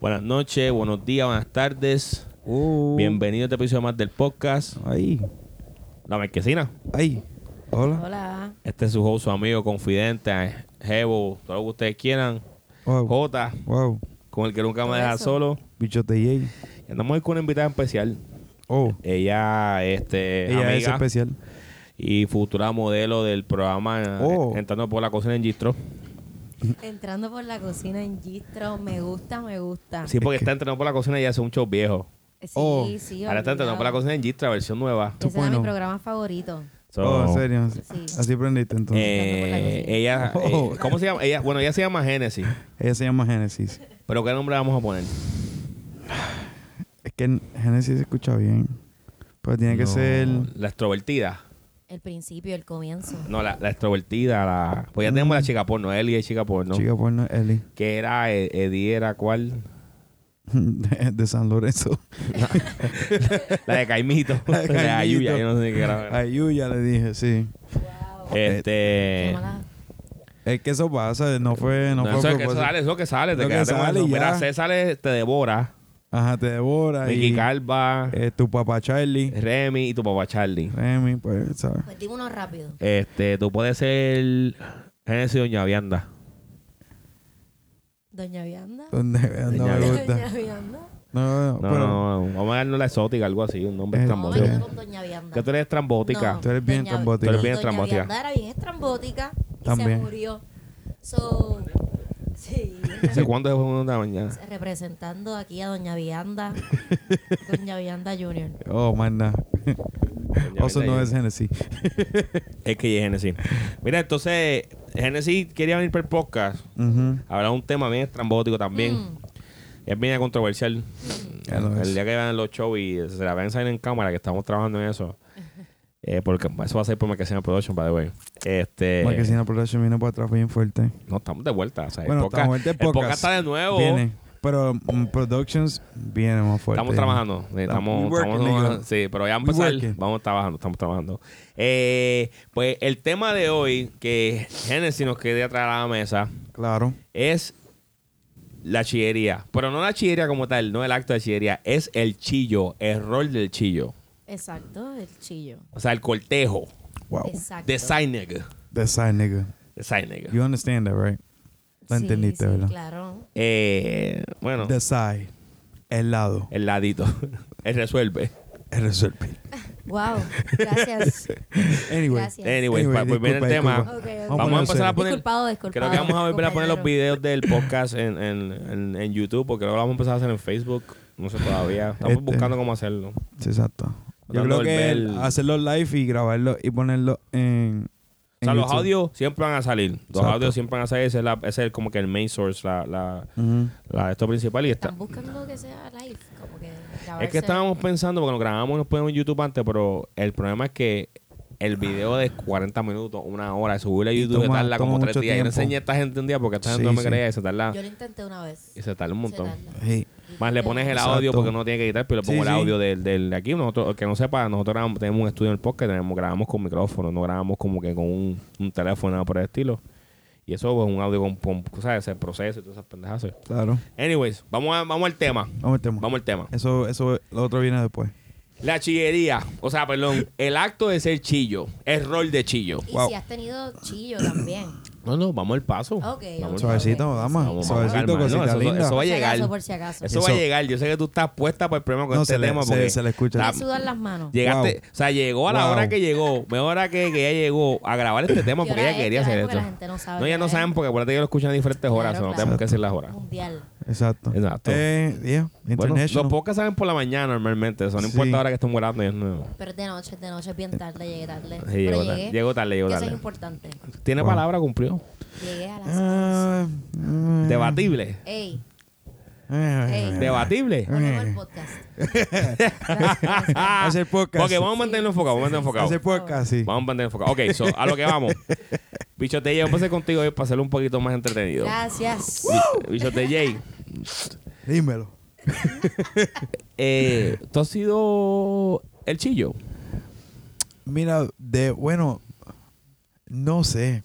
Buenas noches, buenos días, buenas tardes. Uh, Bienvenido a este episodio más del podcast Ahí. La Marquesina. Ahí. Hola. Hola. Este es su host, su amigo, confidente, jevo, todo lo que ustedes quieran. Wow. Jota, Wow. con el que nunca me Todo deja eso. solo. Bichote Jay. Y andamos hoy con una invitada especial. Oh. Ella, este, Ella es amiga especial. y futura modelo del programa Oh. eh, Entrando por la Cocina en Gistro. Entrando por la cocina en Gistro, me gusta, me gusta. Sí, porque está entrando por la cocina y hace un show viejo. sí, Oh. sí, Ahora está entrando por la obligado. cocina en Gistro, versión nueva. Ese era mi 2.0. programa favorito. So, Oh, en serio. Sí. Así aprendiste entonces. eh, Entrando por la cocina. ella, eh, Oh. ¿cómo se llama? Ella, bueno, ella se llama Génesis. Ella se llama Genesis. Pero ¿qué nombre vamos a poner? Es que Genesis se escucha bien. Pero tiene que No, ser. La extrovertida. El principio, el comienzo. No, la, la extrovertida, la. Pues ya tenemos la chica porno, Eli y chica porno. Mm. Chica porno Ellie. Que era eh, Eddie, era cuál? De, de San Lorenzo. La de Caimito. la de Caimito. Ayuya, yo no sé qué era. A Yuya le dije, sí. Este. Qué mala- Es que eso pasa. No fue. No, No, fue eso, a es que eso propósito. sale, eso es que sale. Te Lo que quedaste con sale eso. y ya. Mira, C sale, te devora. Ajá, te devora. Vicky y, Calva, eh, tu papá Charlie. Remy y tu papá Charlie. Remy, pues, ¿sabes? Pues dime uno rápido. Este, tú puedes ser Génesis Doña Vianda. Doña Vianda. Donde no Doña me Vicky. gusta. Doña Vianda. No, no, No, pero no, no, vamos a darnos la exótica, algo así, un nombre Eh, No, estrambótico. me quedo con Doña Vianda. Que tú eres trambótica. No, Tú eres bien Doña- estrambótica. Tú eres bien Doña estrambótica. Vianda era bien estrambótica y También. se murió. So, sí. ¿Hace cuándo es una de la mañana? representando aquí a Doña Vianda. Doña Vianda Junior. Oh, man, nah. Doña Also Vianda no y- es Genesis. Es que es Genesis. Mira, entonces, Genesis quería venir por el podcast. Ujú. Habrá un tema bien estrambótico también. Es bien controversial. Ya lo el ves. día que vean los shows y se la ven salir en cámara, que estamos trabajando en eso. Eh, porque eso va a ser por Marquesina Production, by the way. Este, Marquesina Production viene por atrás bien fuerte. No, estamos de vuelta. O sea, Bueno, el podcast, estamos de el podcast podcast. está de nuevo. Viene. Pero mm, Productions viene más fuerte. Estamos trabajando. eh, We Estamos, working, estamos- nigga. sí, pero ya We empezar. working. Vamos trabajando, estamos trabajando. Eh, pues el tema de hoy que Genesis nos quede atrás de la mesa Claro. es la chillería. Pero no la chillería como tal, no el acto de chillería, es el chillo, el rol del chillo. Exacto, el chillo. O sea, el cortejo. Oh, Wow. Exacto. Design nigga. Design, nigga. Design nigga. You understand that, right? La Sí, entendiste, sí, ¿verdad? Claro. Eh, bueno, Design. El lado. el ladito. el resuelve. El resolver. Wow, gracias. Anyway. Gracias. Anyway, Anyway, pa- pues viene el disculpa, tema. disculpa. Ok, ok. Vamos a empezar a poner poner. Disculpado, disculpado, Creo que vamos a volver a poner los compañero. videos del podcast en, en, en, en YouTube, porque luego lo vamos a empezar a hacer en Facebook. No sé todavía. Estamos Este. buscando cómo hacerlo. serio. Sí, exacto. Yo Dando creo que el el bell. hacerlo live y grabarlo y ponerlo en. O sea, en los YouTube. audios siempre van a salir. Los Exacto. audios siempre van a salir. Ese es, la- ese es como que el main source, la, la, Ujú. la- esto principal. Y está. Están buscando que sea live, como que grabarse. Es que estábamos pensando, porque lo grabamos y nos ponemos en YouTube antes, pero el problema es que el video de 40 minutos, una hora, subirle a Y YouTube, se toma- tarda como toma tres mucho días. Yo no tiempo. enseñé a esta gente un día porque esta gente Sí, no me sí. creía y se tarda, Yo lo intenté una vez. y se tarda un Se montón. tarda. Sí. Más le pones el Exacto. audio porque no tiene que quitar, pero le Sí, pongo el sí. audio del, del de aquí. Nosotros, el que no sepa, nosotros grabamos- tenemos un estudio en el podcast, tenemos, grabamos con micrófono, no grabamos como que con un, un teléfono nada por el estilo. Y eso pues, un audio con, con ¿sabes? ese proceso y todas esas pendejas. Claro. Anyways, vamos, a- vamos al tema. Vamos al tema. Vamos al tema. Eso, eso, lo otro viene después. La chillería, o sea, perdón, el acto de ser chillo, el rol de chillo. Y Wow. si has tenido chillo también. No, no, vamos al paso. Ok, Vamos ok. al paso. Suavecito, dama. Vamos, vamos, Suavecito, calma, cosita no, eso- linda. eso va a Por si llegar. acaso, por si acaso. Eso, Eso- va a llegar. Yo sé que tú estás puesta por el problema con no, este se, tema. le, se- porque se le escucha. Me sudan las manos. Llegaste, Wow. o sea, llegó a la Wow. hora que llegó, mejor hora que, que ella llegó a grabar este tema ¿Qué porque hora ella es? quería ¿Qué hora hacer es? Porque esto. la gente no sabe No, qué ya hora no es. saben porque acuérdate que lo escuchan a diferentes horas, o Claro, sea, no claro. tenemos que decir las horas. Mundial. Exacto. Exacto. Eh, yeah, Bueno, los international. podcasts salen por la mañana normalmente, eso no Sí. importa ahora que estén volando. ellos no. Pero es de noche, es de noche, es bien tarde, llegué tarde. Sí, llegó Pero tarde, llegué. llegó tarde, llegó que Eso tarde. es importante. Tiene Wow. palabra, cumplió. Llegué a las once. Ah, ah, Debatible. Ey, ah, Ey. ah, Debatible. volvemos al podcast. Gracias. Hacer podcast. Porque vamos a mantenerlo enfocado, vamos a mantenerlo Hacer enfocado. podcast, sí. Vamos a mantenerlo enfocado. Ok, so, a lo que vamos. Bichote, yo empecé contigo hoy para hacerlo un poquito más entretenido. Gracias. Uh, Bichote Jay, Dímelo. eh, tú has sido el chillo. Mira, de, bueno, no sé.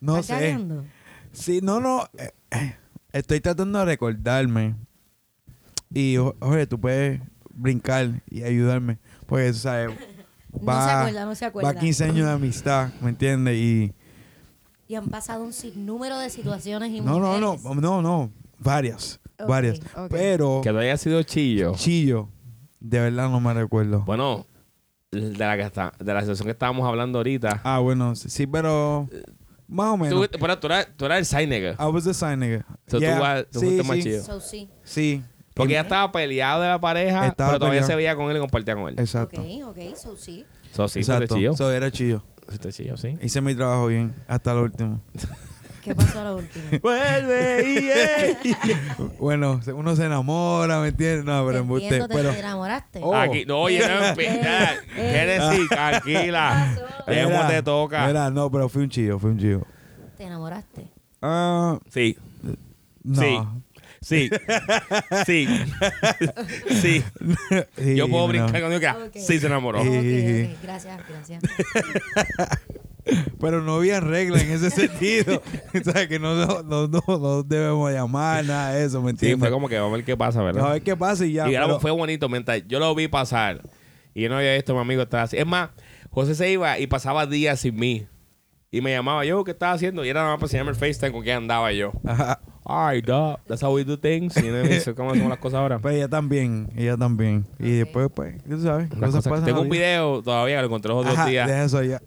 No ¿Estás sé. cagando? Sí, no, no. eh, eh, Estoy tratando de recordarme. Y, jo- Jorge, tú puedes brincar y ayudarme. Porque, tú sabes, no se va- acuerda, no se acuerda. va 15 años de amistad, ¿me entiendes? Y. Y han pasado un sinnúmero de situaciones y No, no, no, mujeres. no, no. Varias. Ok, varias. ok. Pero. Que tú hayas sido chillo. Chillo. De verdad no me recuerdo. Bueno, de la, que está, de la situación que estábamos hablando ahorita. Ah, bueno, sí, sí, pero. Más o menos. Tú, pero tú eras, tú eras el side nigga. I was the sign nigga. So tú vas- tú sí, fuiste más sí, chido. So, sí. Sí. Porque ya estaba peleado de la pareja, Estaba pero todavía peleado. se veía con él y compartía con él. Exacto. Ok, ok, so sí. So, sí, Exacto. fuiste chillo. So, era chillo. Fuiste chillo, sí. Hice mi trabajo bien, hasta lo último. ¿Qué pasó a la última? Vuelve, bueno, se- uno se enamora, ¿me entiendes? No, pero embuste. Entiendo, te- Pero, te enamoraste. Oh. Ah. Aquí, no, oye, no me Eh, eh. ¿Qué decir? Tranquila. Pasó. Demo Mira, te toca. mira, no, pero fue un chillo, fue un chillo. Te enamoraste. Ah, Sí, no. Sí. sí. Sí. sí. Sí, Yo puedo no. brincar con Dios que ah, Ok. sí se enamoró. Ok, Sí. ok, gracias, gracias. Pero no había regla en ese sentido. o sea, que no, no, no, no- no debemos llamar nada de eso, ¿me Sí, fue entiendes? como que vamos a ver qué pasa, ¿verdad? a ver qué pasa y ya. y era- pero- fue bonito mientras yo lo vi pasar. Y yo no había visto a mi amigo estar así. Es más, José se iba y pasaba días sin mí. Y me llamaba yo, ¿qué estaba haciendo? Y era nada más para enseñarme el FaceTime con quién andaba yo. Ajá. Alright, duh. That's how we do things. You know, eso es como hacemos las cosas ahora. Pero pues ella también, ella también. Y Ok. después, pues, tú sabes, Las cosas cosas- pasan tengo la un vida. video todavía, lo encontré los otros Ajá, días. Deja eso allá.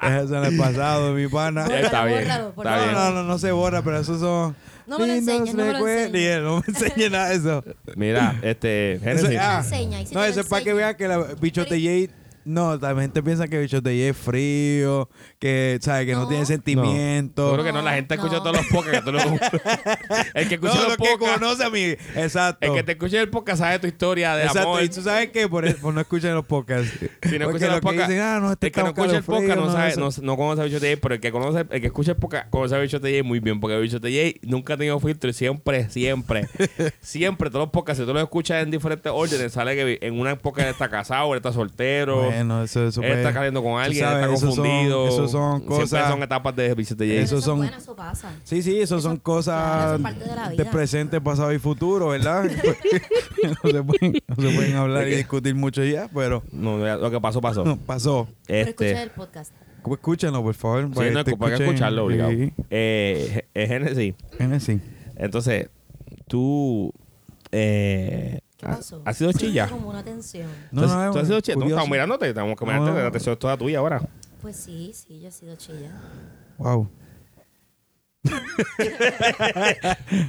deja eso en el pasado, mi pana. Ya Está Bórralo, bien. bórralo, por Está favor. bien. No, no, no se borra, pero esos son. No me lo lindos enseñes, no me lo recuerdos. enseñes. Ni- No me enseñe nada de eso. Mira, este. Eso- Génesis. ah, enseña, ahí sí no, te lo eso es para que enseña. vean que la bichote J. No, la gente piensa que bichote J es frío, que, ¿sabes? Que no, No. tiene sentimiento. Yo creo que no, la gente No. escucha todos los podcasts. todos los- el que escucha No, los lo que podcasts. conoce a mí. Exacto. El que te escucha el podcast sabe tu historia de Exacto, amor. y tú sabes que por, eso- por no escuchar los podcasts. Si no Porque escucha lo el que podcast, dicen, ah, no, este el que no está escucha el podcast no, calofrío, sabe, eso. no, no conoce a Bicho TJ, pero el que conoce, el que escucha el podcast conoce a Bicho TJ muy bien, porque Bicho TJ nunca ha tenido filtro y siempre, siempre, siempre, todos los podcasts, si tú los escuchas en diferentes órdenes, sale que en una época él está casado, él está soltero, Bueno, eso, eso él pues, está caliendo tú con alguien, él está sabes, esos son- confundido. Esos son Siempre cosas. son etapas de Bicho TJ. Pero esos eso es son- bueno, eso pasa. Sí, sí, esos son Eso- cosas claro, eso es parte de la vida. presente, pasado y futuro, ¿verdad? no, se pueden, no se pueden hablar y discutir mucho ya, pero No, ya, lo que pasó, pasó. no, pasó. Pero escucha Este, el podcast. Escúchenlo, por favor. sí, no, Pues, te para que escuchen. escucharlo, obligado. Sí, Eh, G- eh, Génesis. en el sí. Entonces, tú. Eh, ¿Qué pasó? ha- ¿Has sido chilla? Sentí como una tensión. No, ¿Tú, no, has- tú has sido chilla? No, curioso. estamos mirándote, estamos mirándote, No, no. la atención es toda tuya ahora. Pues sí, sí, yo he sido chilla. Wow.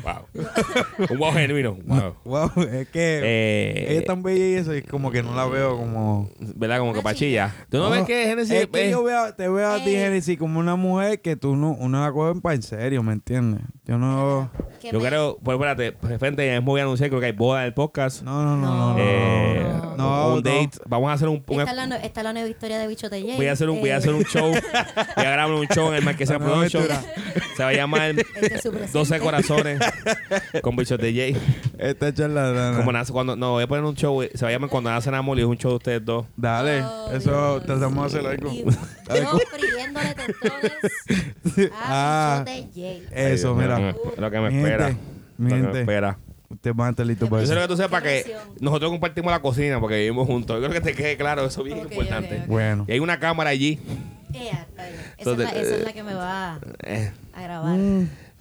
Wow. Un wow genuino. Wow. Wow, es que Eh, ella es tan bella y eso, y como que no la veo como. ¿Verdad? Como que Una pa' chilla. ¿Tú no, No, ves que Génesis Es que es- Eh, yo veo, te veo a ti, Ey. Genesis, como una mujer que tú no, uno la cogen para en serio, ¿me entiendes? Yo no. Que yo me- creo, pues espérate, de repente ya mismo voy a anunciar, creo que hay boda del podcast. No, no, no, no. Eh, no, un date. Vamos a hacer un, un- Esta es la, nue- esta es la nueva historia de eh, Bicho Tellé. voy a hacer un, voy a hacer un show. voy a grabar un show en el Marquesa No, no, Production. mentira. Se va a llamar Este es su presente. 12 corazones con bichos de Jay. Esta charla. Como nace cuando. No, voy a poner un show. eh, Se va a llamar cuando nacen amor y es un show de ustedes dos. Dale, Oh, eso Dios. tratamos de hacer algo. Y- Algo. Yo friéndole tentones Ah. a Bicho Tellé. Eso, Ay, Dios mío, mira. lo que me- Lo que me Mi espera. gente, mi Lo que me gente. Pues espera. Ustedes van a estar listos Qué para Yo eso. quiero que tú sepas Qué que presión. nosotros compartimos la cocina porque vivimos juntos. Yo creo que te quede claro, eso es bien Ok, importante. ok, ok. Bueno. Y hay una cámara allí. Eh, ah, está bien. Esa, Entonces, es la, esa es eh, la que me va Eh, a grabar.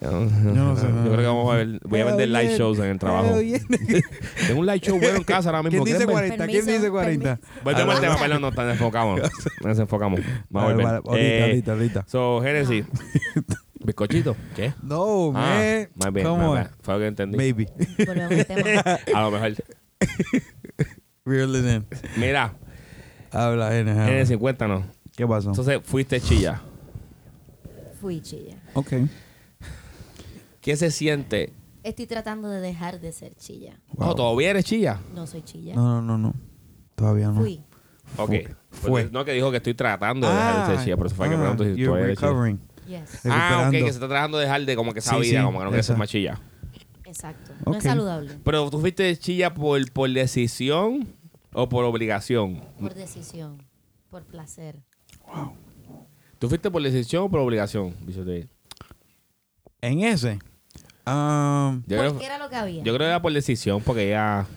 yo no sé, no. creo que vamos a ver, voy a vender live shows en el trabajo. Tengo un live show bueno en casa ahora mismo. ¿Quién dice ¿quieren ver? 40? ¿Quién Permiso, dice 40? Volvemos al tema, perdón, nos nos enfocamos. Nos enfocamos. Vamos a Vale, volver. vale, ahorita, Eh, ahorita, ahorita. So, Genesis. Ah. Bizcochito. ¿Qué? No, Ah, man. más bien. Eh, Come más on. bien. Fue lo que entendí. Baby. Volvemos al tema. A lo mejor. We're listening. Mira, Habla, Genesis. habla. Genesis, cuéntanos. ¿Qué pasó? Entonces, fuiste chilla. Fui chilla. Ok. ¿Qué se siente? Estoy tratando de dejar de ser chilla. No, todavía eres chilla. No soy chilla. No, no, no, no. Todavía no. Fui. Ok. Fue. Porque No, que dijo que estoy tratando de dejar de ser chilla, por eso fue que ah, pregunto si you're todavía eres chilla. recovering. Ah, ok, Yes. Recuperando. que se está tratando de dejar de como que esa Sí, vida, sí, como que no quieres ser esa. más chilla. Exacto. No es Ok. saludable. Pero tú fuiste chilla por, por decisión o por obligación. Por decisión. Por placer. ¿Tú fuiste por decisión o por obligación? Bicho, te- En ese. ah, Yo creo, Porque era lo que había. yo creo que era por decisión, porque ya.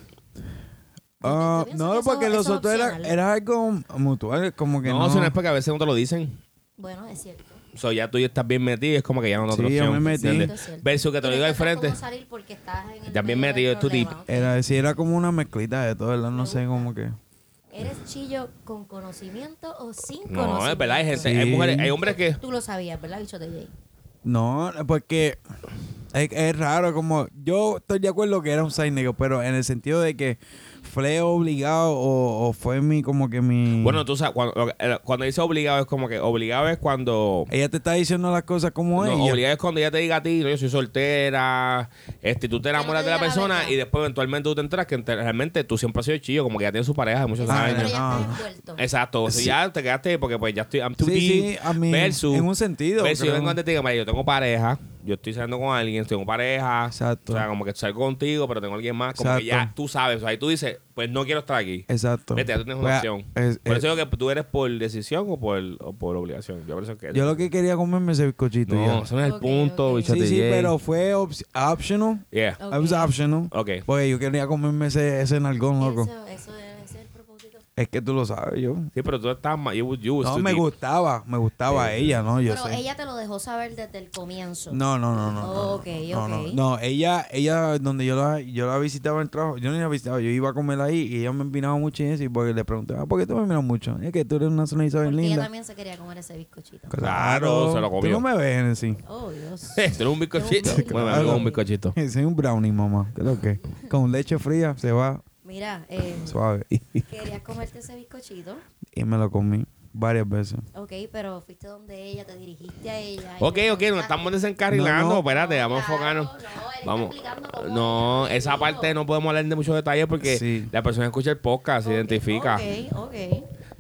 ah, Yo pienso que no, eso- porque los eso es otros era, opcional. era algo mutual, como que No, no. eso no es porque a veces no te lo dicen. Bueno, es cierto. O sea, ya tú ya estás bien metido y es como que ya no hay otra Sí, yo opción. me metí. ¿entiendes? Es cierto. Versus que te lo digo al Pero no sabes frente. cómo salir porque estás en el También medio metido del tú, problema, tip. ¿ok? Era, sí, era como una mezclita de todo, ¿verdad? No sé, como que. ¿Eres chillo con conocimiento o sin conocimiento? No, es verdad, hay gente, Sí. hay mujeres, hay hombres que. Tú lo sabías, ¿verdad, bicho de Jay? No, porque es, es raro, como yo estoy de acuerdo que era un side nigga, pero en el sentido de que fue obligado o, o fue mi, como que mi... Bueno, tú sabes, cuando, eh, cuando dice obligado es como que obligado es cuando. ella te está diciendo las cosas como No, ella. obligado es cuando ella te diga a ti, no, yo soy soltera, este, tú te no enamoras de te la diga la persona verdad. y después eventualmente tú te enteras que ente- realmente tú siempre has sido chillo, como que ya tienes su pareja de muchos Ah, años. Pero ya no. estás envuelto. Exacto, o sea, ya te quedaste porque pues ya estoy I'm too Sí, deep sí, a mí, versus en un sentido, versus yo creo. vengo antes y te digo, "Mira, yo tengo pareja, yo estoy saliendo con alguien, tengo pareja, Exacto. o sea, como que salgo contigo, pero tengo alguien más, como que Exacto. ya tú sabes, o sea, ahí tú dices, pues no quiero estar aquí. Exacto. Vete, ya tú tienes Pues, una opción. es- por es- eso digo que tú eres por decisión o por, o por obligación. Yo pienso que yo lo que quería comerme ese bizcochito. no, ya. eso no es el Ok, punto, ok. bicho. Sí, te sí, llegué. pero fue ops- optional. Yeah. Ok. It was optional. Ok. Porque yo quería comerme ese, ese nalgón, loco. Eso, eso debe ser el propósito. Es que tú lo sabes, yo. Sí, pero Pues tú estás más. You, you was No, too me deep. gustaba, me gustaba ella, ¿no? Yo Pero sé. ella te lo dejó saber desde el comienzo. No, no, no, no. no, no, Ok, no, no, ok. no, ella, ella, donde yo la, yo la visitaba en el trabajo, yo no la visitaba, yo iba a comer ahí y ella me empinaba mucho y eso, y porque le preguntaba, ¿por qué tú me miras mucho? Es que tú eres una zona Porque bien ella linda. también se quería comer ese bizcochito. Claro, se lo Tú comió. no me ves, Genesis. Oh, Dios. Eh, tú eres un bizcochito. Claro. Bueno, me hago un bizcochito. Soy un brownie, mamá. Creo que con leche fría se va Mira, eh, suave. y querías comerte ese bizcochito. me lo comí varias veces. Ok, pero fuiste donde ella, te dirigiste a ella. Ok, ella ok, te nos gusta. estamos desencarrilando. No, no. Espérate, vamos a Claro, enfocarnos. no, él está Vamos. explicando cómo No, ella lo esa vivió. parte no podemos hablar de muchos detalles porque Sí. la persona escucha el podcast, se Ok, identifica. Ok, ok.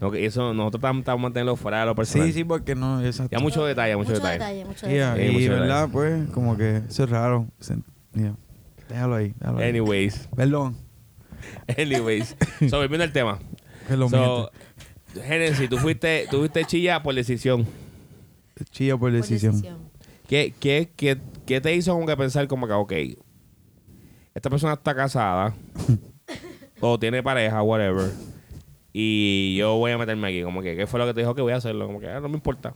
No, que eso nosotros tam- estamos manteniendo fuera de lo personal. Sí, sí, porque no, exacto. Ya mucho detalle, mucho, Mucho detalle. detalle, mucho Yeah, detalle. Sí, y muchas verdad, pues, como que eso es raro. Se- yeah. Déjalo ahí, déjalo ahí. Anyways, Perdón, anyways. so, volviendo al tema. perdón, mi So, Genesis, tú fuiste, tú fuiste chilla por decisión. gente. Chilla por Por decisión. decisión. ¿Qué, qué, qué, qué te hizo como que pensar como que, ok, esta persona está casada o tiene pareja, whatever, y yo voy a meterme aquí? Como que, ¿qué fue lo que te dijo que voy a hacerlo? Como que, ah, no me importa.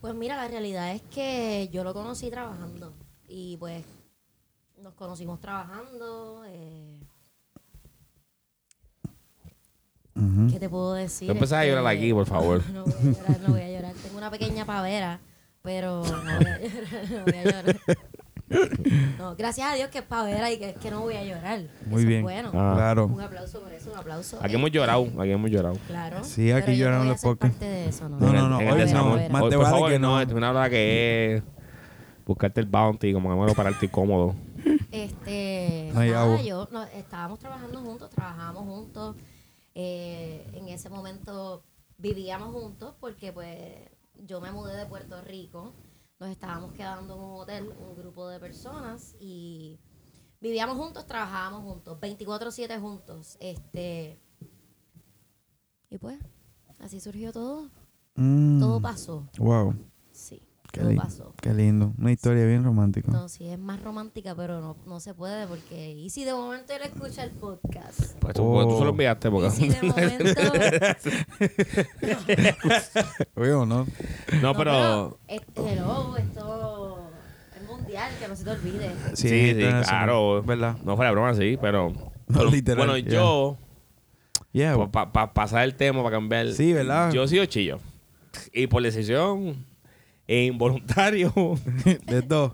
Pues mira, la realidad es que yo lo conocí trabajando y pues nos conocimos trabajando. eh, Ujú. ¿Qué te puedo decir? No empezás a Este, llorar aquí, por favor. No voy a llorar, no voy a llorar. Tengo una pequeña pavera, pero no voy a llorar. No, voy a llorar. No, gracias a Dios que es pavera y que es que no voy a llorar. Eso Muy es bien. bueno. Ah. Claro. Un aplauso por eso, un aplauso. Eh, Aquí hemos llorado, aquí hemos llorado. Claro. Sí, aquí pero yo lloraron no voy a los ser pocos. parte de eso, ¿no? No, no, no, En hoy el no, desamor. más Hoy, te por vale favor, que no. no. esto es una hora que es buscarte el bounty, como que no me pararte incómodo. Este, No hay nada, agua. yo no, estábamos trabajando juntos, trabajábamos juntos. eh, en ese momento vivíamos juntos porque pues yo me mudé de Puerto Rico. Nos estábamos quedando en un hotel, un grupo de personas y vivíamos juntos, trabajábamos juntos, 24/7 juntos. Este y pues así surgió todo, Mm. todo pasó. Wow. Sí, Qué, todo li- pasó. qué lindo. Una historia bien romántica. No, sí, es más romántica, pero no, no se puede porque... ¿Y si de momento él escucha el podcast? Pues tú, Oh. porque tú se lo enviaste, ¿Y si porque. de momento... Oye, ¿o no? No, pero. es- hello, esto es mundial, que no se te olvide. Sí, es sí, internacional, claro. ¿Verdad? No fuera broma, sí, pero. No, pero- literal, Bueno, ya. yo. Yeah. Para pasar el tema, para cambiar. Sí, ¿verdad? Yo he sido chillo. Y por decisión e involuntario, De dos.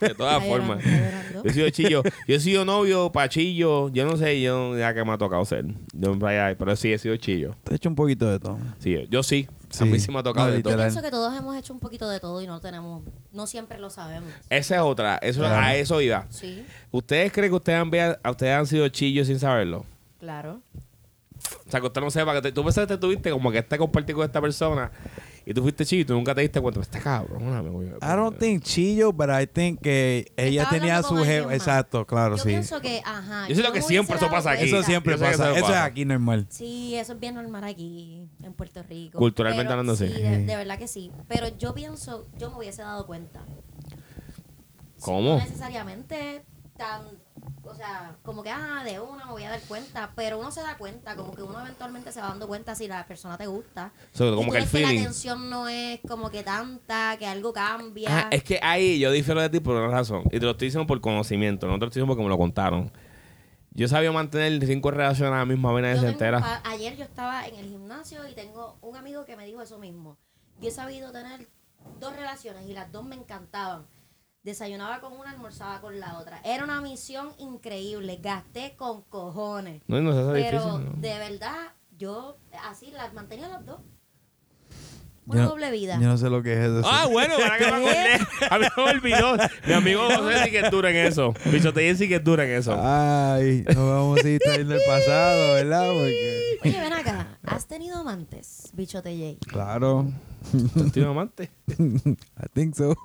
de todas Está llorando, formas. está llorando. Yo he sido chillo. Yo he sido novio, pachillo. Yo no sé yo ya que me ha tocado ser. Yo, en realidad, pero sí, he sido chillo. Te he hecho un poquito de todo. Sí, yo sí. Sí. A mí sí me ha tocado No, de Yo todo. literal. pienso que todos hemos hecho un poquito de todo y no tenemos... No siempre lo sabemos. Esa es otra. Eso, Claro. A eso iba. Sí, ¿Ustedes creen que ustedes han, vea- a ustedes han sido chillos sin saberlo? claro. O sea, que usted no sepa. Que te- tú pensaste que tuviste como que este compartir con esta persona y tú fuiste chillo y tú nunca te diste cuenta. Está cabrón. me voy a- I don't think chillo, but I think que ella Estaba tenía hablando su con alguien jefe. más. Exacto, claro, yo sí. pienso que, ajá... Yo siento no que me siempre eso hubiese dado pasa aquí. Eso cuenta. siempre Yo sé que pasa. eso Eso es pasa. aquí normal. Sí, eso es bien normal aquí, en Puerto Rico. Culturalmente Pero hablando, sí. de, de verdad que sí. Pero yo pienso, yo me hubiese dado cuenta. ¿Cómo? No necesariamente tan, o sea, como que, ah, de una me voy a dar cuenta, pero uno se da cuenta, como que uno eventualmente se va dando cuenta si la persona te gusta. So, Y como tú que el ves la feeling. atención no es como que tanta, que algo cambia. Ajá, Ah, es que ahí yo difiero de ti por una razón. Y te lo estoy diciendo por conocimiento, no te lo estoy diciendo porque me lo contaron. Yo sabía mantener cinco relaciones a la misma vena Yo de tengo un entera. pa- ayer yo estaba en el gimnasio y tengo un amigo que me dijo eso mismo. Yo he sabido tener dos relaciones y las dos me encantaban. Desayunaba con una, almorzaba con la otra. Era una misión increíble. Gasté con cojones. No, y no se hace Pero difícil. ¿no? de verdad, yo así las mantenía las dos. Yo Una no- doble vida. Yo no sé lo que es eso. Ah, bueno, para que me acordé. A mí me olvidó. Mi amigo José sí que es duro en eso. Bichotería sí que es duro en eso. Ay, nos vamos a ir trayendo el pasado, ¿verdad? Porque- Oye, ven acá. ¿Has tenido amantes, bichote Jay? claro. Tío amante. I think so.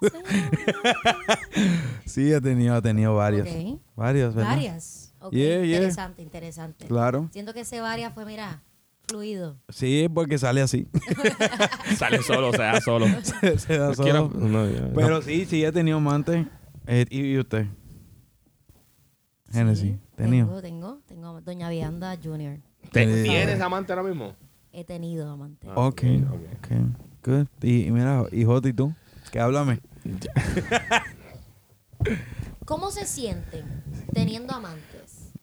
sí, ha tenido, ha tenido varios. Ok. Varios, ¿verdad? Varias. Ok, Yeah, yeah. Interesante, interesante. Claro. Siento que ese varias fue, mira, fluido. Sí, porque sale así. Sale solo, o sea, solo. Se da No solo. quiero- pues, no, ya, Pero no. sí, sí, he tenido amantes. Eh, ¿Y y usted? Genesis, Sí, tenido. Tengo, tengo, tengo. Doña Vianda Junior. ¿Te- Eh, ¿Tienes amante ahora mismo? He tenido amantes. Ah. Ok, Ok, ok. ok. Good. Y, y mira, y Joti, tú, que háblame. ¿Cómo se sienten teniendo amantes?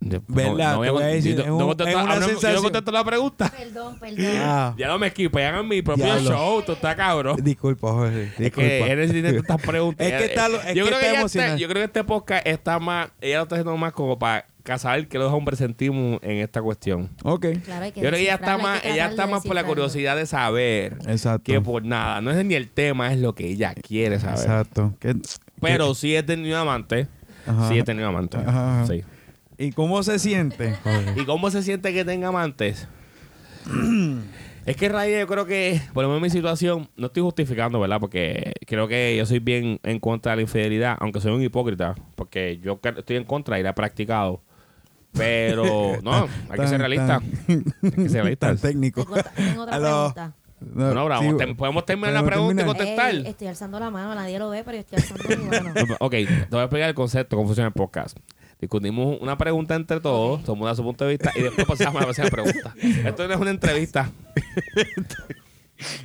Yo- ¿Verdad? Te voy a decir, yo- es un- no contesto- es una ahora mismo- yo no sensación. contesto la pregunta. Perdón, perdón. Ah, Ya no me esquipean en mi propio Diablo. show, tú estás cabrón. disculpa, Jorge. Es Disculpa. que eres tiene tantas preguntas. Es que está lo- es yo, que creo está ella emocionada. yo creo que este podcast está más. Ella lo está haciendo más como para cazar que los hombres sentimos en esta cuestión. Ok. Claro, hay que Yo creo que ella está descifrarlo, hay más, que ella tratar está de más por la descifrarlo. curiosidad de saber Exacto. que por nada. No es ni el tema, es lo que ella quiere saber. Exacto. ¿Qué- Pero sí he tenido amante. Ajá. Sí he tenido amante. Ajá. Sí. ¿Y cómo se siente? Jorge? ¿Y cómo se siente que tenga amantes? es que Raíz, yo creo que, por lo menos en mi situación, no estoy justificando, ¿verdad? Porque creo que yo soy bien en contra de la infidelidad, aunque soy un hipócrita, porque yo cre- estoy en contra y la he practicado. Pero, no, hay que ser Tan, realista. Hay que ser Tan realistas. técnico. Tengo, otra- tengo otra A lo- pregunta. No, Bueno, ahora sí, vamos, te- podemos terminar la podemos pregunta y terminar. contestar. Ey, Eh, estoy alzando la mano, nadie lo ve, pero yo estoy alzando mi mano. Ok, te voy a explicar el concepto, cómo funciona el podcast. Discutimos una pregunta entre todos, todo el mundo da su punto de vista y después pasamos a la próxima pregunta. Esto no es una entrevista.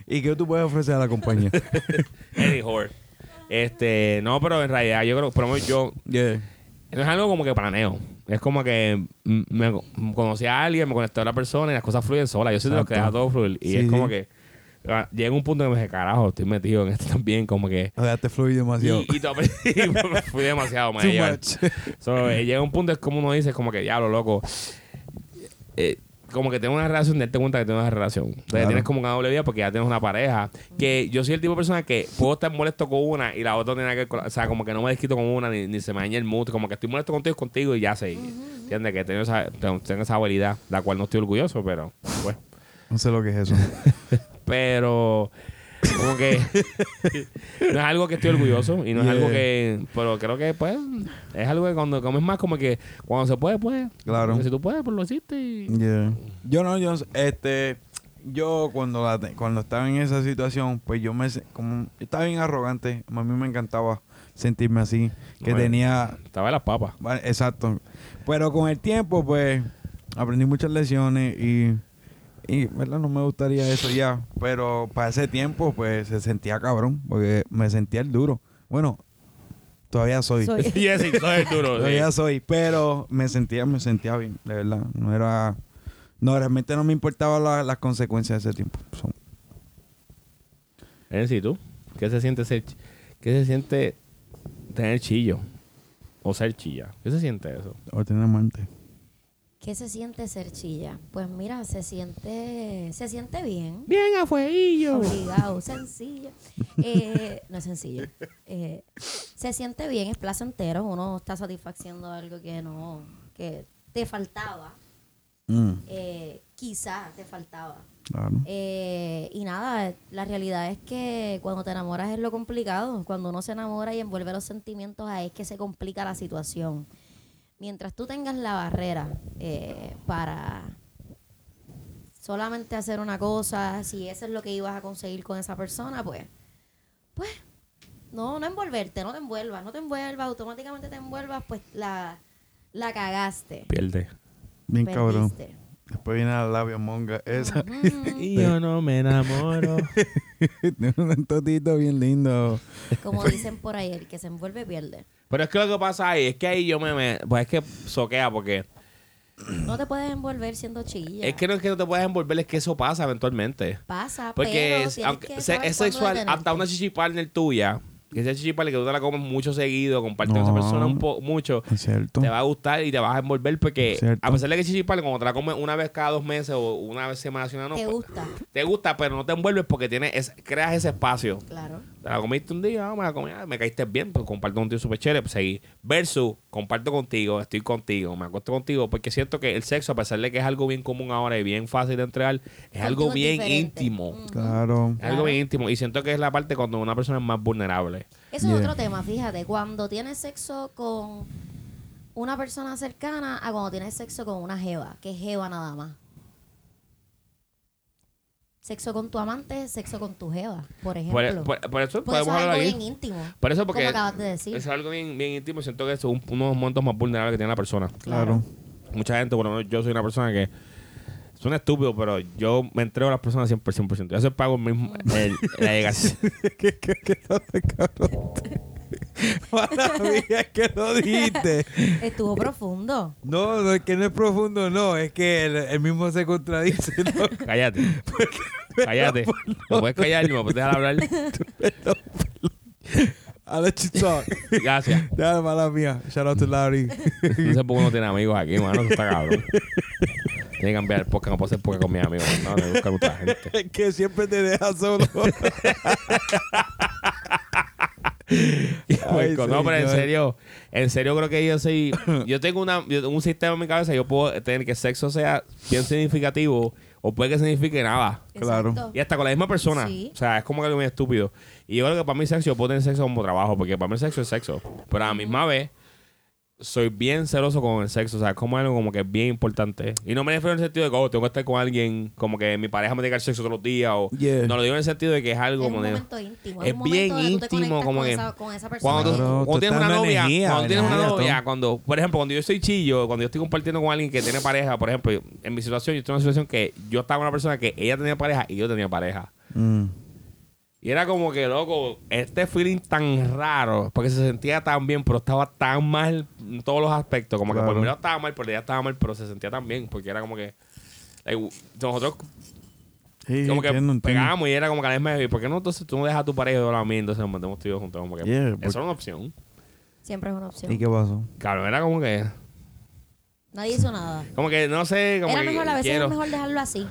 ¿Y qué tú puedes ofrecer a la compañía? Eddie Hort. Este, no, pero en realidad yo creo, por lo menos yo, Yeah. no es algo como que planeo. Es como que mm, me mm, conocí a alguien, me conecté a la persona y las cosas fluyen solas. Yo soy de los que deja todo Exacto. fluir. Y Sí, es como sí. que ah, llega un punto que me dije, carajo, estoy metido en esto también, como que. O sea, te fluye Y, demasiado. y to- y fui demasiado, me Too llevan. much. So, eh, llega un punto, es como uno dice, como que diablo, loco. Eh, como que tengo una relación, darte cuenta que tienes una relación. Entonces Claro. tienes como una doble vida porque ya tienes una pareja. Que yo soy el tipo de persona que puedo estar molesto con una y la otra no tiene nada que ver con la- O sea, como que no me desquito con una ni, ni se me daña el mood. Como que estoy molesto contigo, y contigo y ya sé. ¿Entiendes? Que tengo esa, tengo esa habilidad, la cual no estoy orgulloso, pero pues. bueno. No sé lo que es eso. Pero como que no es algo que estoy orgulloso y no es Yeah. algo que pero creo que pues es algo que cuando como es más como que cuando se puede pues Claro. si tú puedes pues lo hiciste y Yeah. Yo no, yo no sé. este yo cuando la te- cuando estaba en esa situación, pues yo me se- como yo estaba bien arrogante, a mí me encantaba sentirme así, que Bueno. tenía estaba en las papas Vale, Exacto. Pero con el tiempo, pues, aprendí muchas lecciones y, y, ¿verdad? No me gustaría eso ya. Pero para ese tiempo, pues, se sentía cabrón, porque me sentía el duro. Bueno, todavía soy. Soy. y ese soy duro sí. Todavía soy, pero me sentía, me sentía bien, de verdad. No era... No, realmente no me importaban la- las consecuencias de ese tiempo. So, Nancy, Eh, tú qué se siente ser chi- qué se siente tener chillo o ser chilla qué se siente eso o tener amante. ¿Qué se siente ser chilla? Pues mira, se siente, se siente bien. bien afueillo Obligado, sencillo. Eh, no es sencillo. Eh, se siente bien, es placentero. Uno está satisfaciendo algo que no, que te faltaba. Mm, Eh, quizá te faltaba. claro. Eh, y nada, la realidad es que cuando te enamoras es lo complicado. Cuando uno se enamora y envuelve los sentimientos, ahí es que se complica la situación. Mientras tú tengas la barrera eh, para solamente hacer una cosa, si eso es lo que ibas a conseguir con esa persona, pues, pues, no, no envolverte, no te envuelvas, no te envuelvas, automáticamente te envuelvas, pues la, la cagaste. Pierde. Bien cabrón. Perdiste. Después viene la labia monga esa. Ujú. Y yo no me enamoro. Tiene un totito bien lindo. Como dicen por ahí, el que se envuelve pierde. Pero es que lo que pasa ahí, es que ahí yo me, me- Pues es que soquea, porque. No te puedes envolver siendo chilla. Es que no es que no te puedas envolver, es que eso pasa eventualmente. pasa, Ah, pero Porque es, tienes aunque- que se- saber es cuándo sexual, detenerte. hasta una chichi partner tuya, que sea chichi partner que tú te la comes mucho seguido, compartes con No. esa persona un po- mucho, Es cierto. te va a gustar y te vas a envolver porque Cierto. a pesar de que chichi partner cuando te la comes una vez cada dos meses o una vez semana, no, Te pues, gusta, te gusta, pero no te envuelves porque tienes, es- creas ese espacio. claro. Te la comiste un día, ah, me la comí, ah, me caíste bien, pues comparto contigo súper chévere, pues seguí. Versus, comparto contigo, estoy contigo, me acuesto contigo, porque siento que el sexo, a pesar de que es algo bien común ahora y bien fácil de entregar, es algo Contigo bien diferente. íntimo. Mm. Claro. Es Algo bien íntimo. Y siento que es la parte cuando una persona es más vulnerable. Eso Yeah. es otro tema, fíjate. Cuando tienes sexo con una persona cercana a cuando tienes sexo con una jeva, que es jeva nada más. Sexo con tu amante, sexo con tu jeva, por ejemplo. Por, e-, Por, por- por eso eso Pues, podemos es hablar algo ahí. bien íntimo. Por eso porque como acabas de decir. es algo bien, bien íntimo. Siento que es un- unos momentos más vulnerables que tiene la persona. Claro. Mucha gente, bueno, yo soy una persona que suena estúpido, pero yo me entrego a las personas 100%. 100%. Yo se pago el mismo el- la llegación. ¿Qué, qué, qué hace, cabrón? Maravilla que lo dijiste. Estuvo profundo. No, no, es que no es profundo, no. Es que el, el mismo se contradice. ¿no? Cállate. Cállate. No puedes callar ni me puedes dejar hablar. I'll let you talk. Gracias. Dale, mala mía. Shout out to Larry. No sé por qué no tiene amigos aquí, mano. Eso está cabrón. Tiene que cambiar el podcast. No puedo hacer podcast con mis amigos. No, tengo que buscar otra gente. Es que siempre te deja solo. Ay, Pues, no, pero en señor. serio, en serio creo que yo soy. Yo tengo una, yo tengo un sistema en mi cabeza, yo puedo tener que sexo sea bien significativo o puede que signifique nada. Claro. Y hasta con la misma persona. Sí. O sea, es como que algo muy estúpido. Y yo creo que para mí sexo, yo puedo tener sexo como trabajo, porque para mí el sexo es sexo. Pero a la misma vez, soy bien celoso con el sexo. O sea, es como algo como que bien importante. Y no me refiero en el sentido de que oh, tengo que estar con alguien, como que mi pareja me tiene que dar sexo todos los días. O... Yeah. No lo digo en el sentido de que es algo Es un como de- momento íntimo. es un momento bien donde tú te íntimo, conectas como con que- esa, con esa persona. cuando tú, Claro, cuando tú tienes estás una en novia, energía, cuando tienes una energía, novia, Tom. cuando, por ejemplo, cuando yo soy chillo, cuando yo estoy compartiendo con alguien que tiene pareja, por ejemplo, en mi situación, yo estoy en una situación que yo estaba con una persona que ella tenía pareja y yo tenía pareja. Mm. Y era como que, loco, este feeling tan raro, porque se sentía tan bien, pero estaba tan mal en todos los aspectos. Como que Claro. por mi lado estaba mal, por ella estaba mal, pero se sentía tan bien, porque era como que. like, nosotros Sí, como que entiendo, entiendo. pegábamos y era como que a la misma vez, ¿por qué no entonces tú no dejas a tu pareja y yo la mía? Entonces nos metemos tú y yo juntos. Como que, Yeah, eso porque- era una opción. Siempre es una opción. ¿Y qué pasó? Claro, era como que. Nadie hizo nada. Como que no sé, como Era que mejor, a veces quiero. es mejor dejarlo así.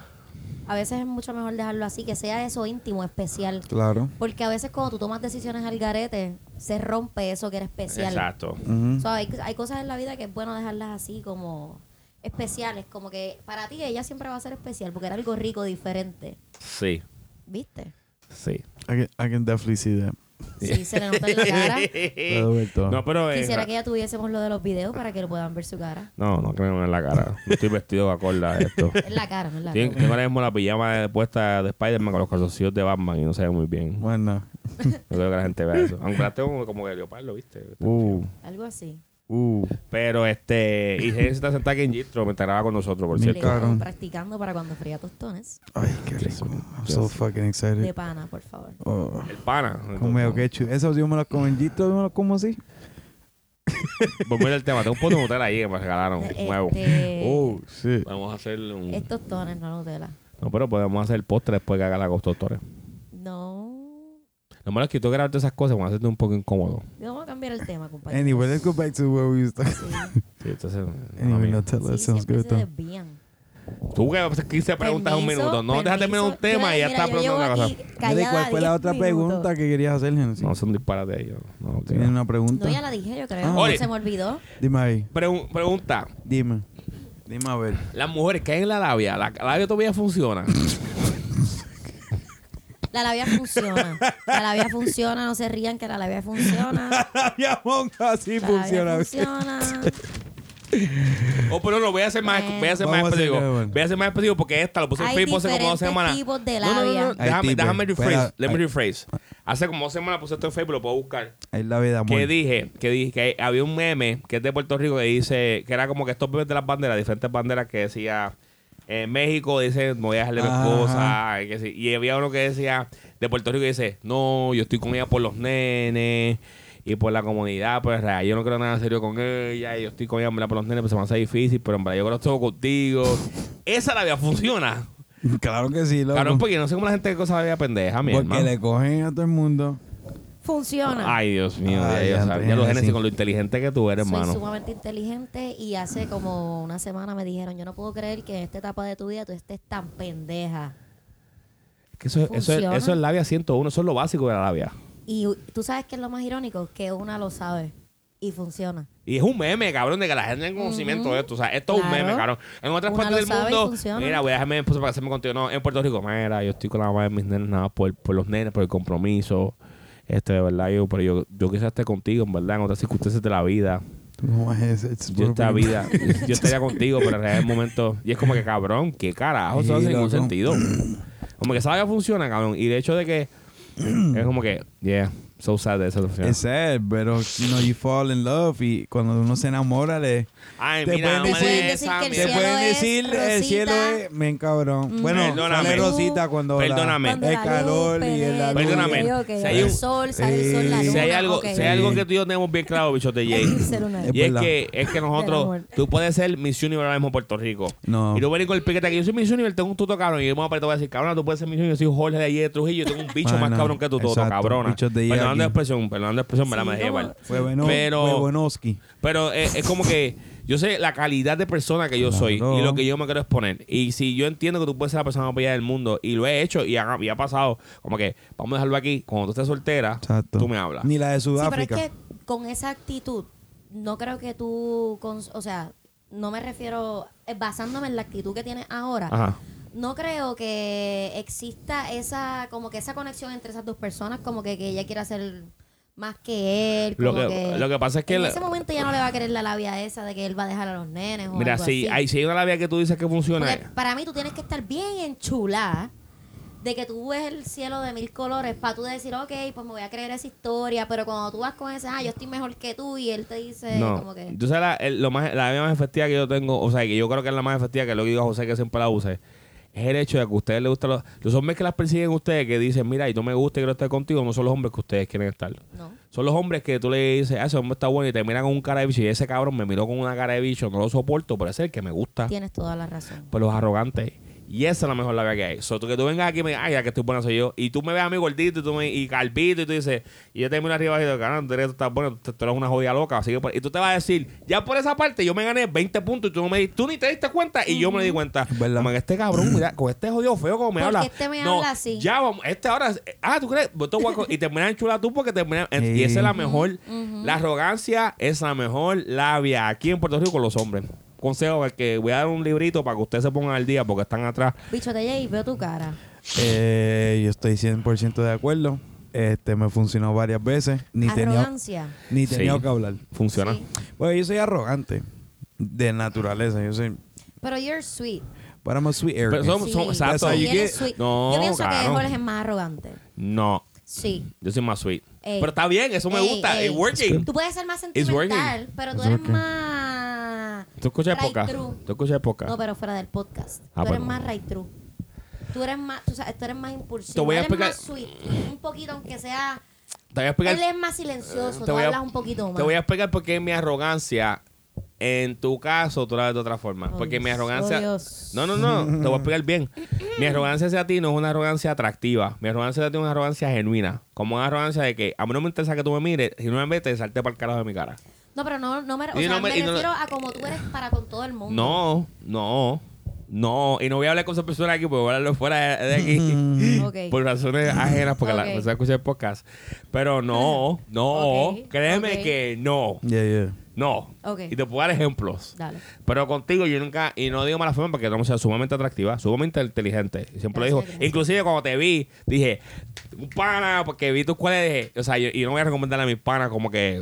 A veces es mucho mejor dejarlo así, que sea eso íntimo, especial. Claro. Porque a veces cuando tú tomas decisiones al garete, se rompe eso que era especial. Exacto. Ujú. So, hay, hay cosas en la vida que es bueno dejarlas así como especiales, como que para ti ella siempre va a ser especial, porque era algo rico, diferente. Sí, ¿Viste? sí. I, can, I can definitely see that. Sí, se le nota en la cara. Puedo ver todo. no, pero. eh, Quisiera que ya tuviésemos lo de los videos para que lo puedan ver su cara. No, no creo en la cara. No estoy vestido acorde a esto. Es la cara, no es la Tengo, cara. tengo ahora mismo la pijama de- puesta de Spider-Man con los calzoncillos de Batman y no se ve muy bien. No Bueno. creo que la gente vea eso. Aunque la tengo como de leopardo, ¿viste? Uh, Algo así. uh. Pero este. Y se está sentada aquí en Gistro mientras graba con nosotros, por Mi cierto. Le cara. estamos practicando para cuando fría tostones. Ay, qué rico. I'm so fucking De excited. pana, por favor. Oh. El pana. Comeo quechu. Eso yo me lo como en Gito, yo me lo como así. Volver al tema. Tengo un pote de hotel ahí que me regalaron. Nuevo. Este, Oh, shit. Vamos a hacer un. Es tostones, no Nutella. No, pero podemos hacer el postre después que haga la Torres. No. Lo malo es que yo tengo que grabar todas esas cosas van a hacerte un poco incómodo. Vamos a cambiar el tema, compañero. Anyway, let's go back to where we used to. Sí, Sí, entonces. Anyway, mami, no tell that sí, sounds siempre good se though. desvían. Tú que haces 15 preguntas en un Permiso, minuto. No dejas terminar un permiso. Yo tema le- y ya mira, estás yo preguntando llevo otra cosa. aquí Dale, callada ¿Cuál fue la 10 otra minutos. pregunta que querías hacer, Genesis? No, son disparates de ellos. No, ¿Tienes tío. una pregunta? No, ya la dije, yo Ah. creo. Ore. Se me olvidó. Dime ahí. Pregu- pregunta. Dime. Dime a ver. Las mujeres caen en la labia. La la labia todavía funciona. La labia funciona. La labia funciona, no se rían que la labia funciona. labia monja sí La labia funciona. O pero no, voy a ser más, voy a ser más Vamos a hacer específico. nuevo. Voy a ser más específico porque esta lo puse en Hay Facebook hace como dos diferentes semanas. tipos de No, no, no, labia. no, Hay Déjame, tipos. déjame rephrase. Espera, Let me hay- rephrase. Hace como dos semanas puse esto en Facebook, lo puedo buscar. Es la vida, amor. Que dije, que dije que había un meme que es de Puerto Rico que dice que era como que estos memes de las banderas, diferentes banderas que decía en México dice me voy a dejarle mi Ajá. esposa y, que sí. y había uno que decía de Puerto Rico que dice no yo estoy con ella por los nenes y por la comunidad pues en realidad, yo no creo nada serio con ella y yo estoy con ella en verdad, por los nenes pues se me hace difícil pero en verdad yo creo que estoy contigo esa la vida funciona Claro que sí, loco. claro porque no sé cómo la gente que cosa la vida pendeja mi porque hermano. le cogen a todo el mundo. Funciona. Ay, Dios mío, Ay, ya, ya, Andrés, ya lo sí. Génesis con lo inteligente que tú eres, Soy hermano. sumamente inteligente y hace como una semana me dijeron, yo no puedo creer que en esta etapa de tu vida tú estés tan pendeja. Que eso, es- eso, es, Funciona. eso es labia 101, eso es lo básico de la labia. Y u- tú sabes que es lo más irónico, que una lo sabe y funciona. Y es un meme, cabrón, de que la gente tenga conocimiento de esto. O sea, esto es un Claro. meme, cabrón. En otras Una partes lo del sabe y mundo, funciona. mira, voy a dejarme mi esposa para hacerme contigo. No, en Puerto Rico, mira, yo estoy con la mamá de mis nenes, nada, por, por los nenes, por el compromiso. Este, de verdad, yo, pero yo, yo quizás esté contigo, en verdad, en otras circunstancias de la vida. No es es Yo esta puro- vida, yo estaría contigo, pero en realidad es el momento. Y es como que, cabrón, qué carajo, eso no Sí, hace ningún loco. sentido. Como que esa labia funciona, cabrón. Y de hecho de que es como que, yeah, so sad de esa opción. Es sad, pero you know, you fall in love y cuando uno se enamora le Ay, Te mira, pueden no me decir- des decir esa que el te mierda. cielo pueden es decir el rosita. cielo es men cabrón. Ujú. Bueno, Perdóname. sale rosita cuando la- Perdóname. Cuando el la luz calor y el penetra, la luz. Perdóname. ok, ok, Si hay el un- sol, sale el sol, la luna. Si hay algo, ok. si hay algo que tú y yo tenemos bien claro, bichote Jay. Ser una- Es Y es verdad. que, es que Del nosotros, amor. tú puedes ser Miss Universe ahora mismo en Puerto Rico. No. Y tú venir con el piquete que yo soy Miss Universe, tengo un tuto cabrón. Y yo me voy a apretar, voy a decir, cabrón, tú puedes ser Miss Universe, yo soy Jorge de allí de Trujillo, yo tengo un bicho Ah, más no. cabrón que tu toto, Exacto. cabrona. Bichos de allí Perdonando la aquí. expresión, perdonando la expresión, me la Sí, me dejé como- llevar. Fue bueno, Pero- fue buenoski. Pero eh, es como que yo sé la calidad de persona que yo Claro. soy y lo que yo me quiero exponer. Y si yo entiendo que tú puedes ser la persona más bella del mundo y lo he hecho y ha, y ha pasado, como que vamos a dejarlo aquí. Cuando tú estés soltera, Exacto. tú me hablas. Ni la de Sí, Sudáfrica. pero es que con esa actitud, no creo que tú, cons- o sea, no me refiero, eh, basándome en la actitud que tienes ahora, Ajá. no creo que exista esa, como que esa conexión entre esas dos personas, como que, que ella quiera ser más que él. Lo como que- lo que pasa es que En la- ese momento ya no le va a querer la labia esa de que él va a dejar a los nenes o Mira, algo si así. hay, si hay una labia que tú dices que funciona, Porque para mí tú tienes que estar bien enchulada de que tú ves el cielo de mil colores para tú decir, ok, pues me voy a creer esa historia, pero cuando tú vas con ese, ah, yo estoy mejor que tú y él te dice no. como que... Tú sabes, la, el- lo más, la labia más efectiva que yo tengo, o sea, que yo creo que es la más efectiva que es lo que digo a José que siempre la use. Es el hecho de que a ustedes les gustan los, los hombres que las persiguen a ustedes, que dicen, mira, y tú me gusta y quiero estar contigo, no son los hombres que ustedes quieren estar. No. Son los hombres que tú le dices, ah, ese hombre está bueno y te miran con un cara de bicho. Y ese cabrón me miró con una cara de bicho, no lo soporto, pero ese es el que me gusta. Tienes toda la razón. Pues los arrogantes. Y esa es la mejor labia que hay. So, tú que tú vengas aquí y me digas, ay, ya que estoy buena soy yo. Y tú me ves a mí gordito y, tú me, y calvito y tú dices, y yo te miro arriba y digo, caramba, tú eres- tú estás bueno, tú, tú eres una jodida loca. Así que por- y tú te vas a decir, ya por esa parte yo me gané 20 puntos y tú no me di- tú ni te diste cuenta y yo me di cuenta. Es verdad. Como que este cabrón, mira, con este jodido feo como me Porque habla. este me No, habla así. Ya vamos, este ahora, eh, ah, tú crees, Vos te voy a co- y terminan chula tú porque terminan. Y esa es la mejor. La arrogancia es la mejor labia aquí en Puerto Rico con los hombres. Consejo es que voy a dar un librito para que ustedes se pongan al día porque están atrás. Bicho, te llegué y veo tu cara. Eh, yo estoy 100% de acuerdo. Este me funcionó varias veces, ni tenía Arrogancia. ni Sí. tenía que hablar. Funciona. Sí. Bueno, yo soy arrogante de naturaleza, yo soy Pero you're sweet. but I'm a sweet Pero arrogant. son- Sí. son- exacto. That's how you Él es get- sweet. No, yo pienso que claro. Jorge es más arrogante. No, Sí. yo soy más sweet. Ey. Pero está bien, eso me Ey, gusta. ey. It's working. Tú puedes ser más It's working. sentimental, pero tú It's eres working. más... Tú escuchas right poca. through. Tú escuchas poca. No, pero fuera del podcast. Ah, tú eres perdón. más right through. Tú eres más, tú, sabes, tú eres más impulsivo. Te voy a Él es explicar- más sweet. Un poquito, aunque sea. Te voy a explicar. Él es más silencioso. Eh, te Tú voy a- hablas un poquito más. Te voy a explicar por qué mi arrogancia, en tu caso, tú la ves de otra forma. Oh, porque mi Dios. arrogancia. Oh, Dios. No, no, no. Te voy a explicar bien. mi arrogancia hacia ti no es una arrogancia atractiva. Mi arrogancia hacia ti es una arrogancia genuina. Como una arrogancia de que a mí no me interesa que tú me mires, si no me ves, te salte para el carajo de mi cara. No, pero no, no me, o Y sea, no me- me y no- refiero a como tú eres para con todo el mundo. No, no. No, y no voy a hablar con esa persona aquí, porque voy a hablarlo fuera de, de aquí. Ok. Por razones ajenas, porque la Ok. empecé a escuchar el podcast. Pero no, no, Ok, créeme ok. que no, Yeah, yeah. no. Ok. Y te puedo dar ejemplos. Dale. Pero contigo yo nunca, y no digo mala forma porque no sea sumamente atractiva, sumamente inteligente. Y Siempre lo Gracias, dijo. gracias. Inclusive cuando te vi, dije, un pana, porque vi tus cuales dije, o sea, yo, y no voy a recomendarle a mis panas como que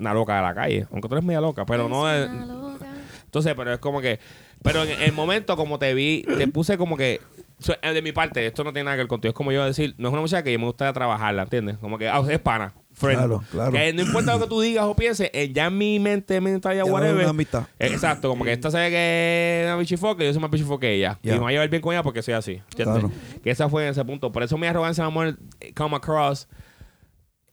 una loca de la calle. Aunque tú eres media loca, pero no eh, Es es- una loca. entonces, pero es como que. Pero en el momento, como te vi, te puse como que. so, eh, de mi parte, esto no tiene nada que ver contigo. Es como yo decir, no es una muchacha que yo me gusta trabajarla, ¿entiendes? Como que, ah, usted es pana. Friend. Claro, claro. Que no importa lo que tú digas o pienses, eh, ya en mi mente, mentalidad, Ya no es whatever. una amistad. Eh, Exacto, como que esta sabe que es una bichifoca y yo soy más bichifoca que ella. Ya. Y me va a llevar bien con ella porque soy así. ¿entiendes? Claro. Que esa fue en ese punto. Por eso mi arrogancia, amor, eh, come across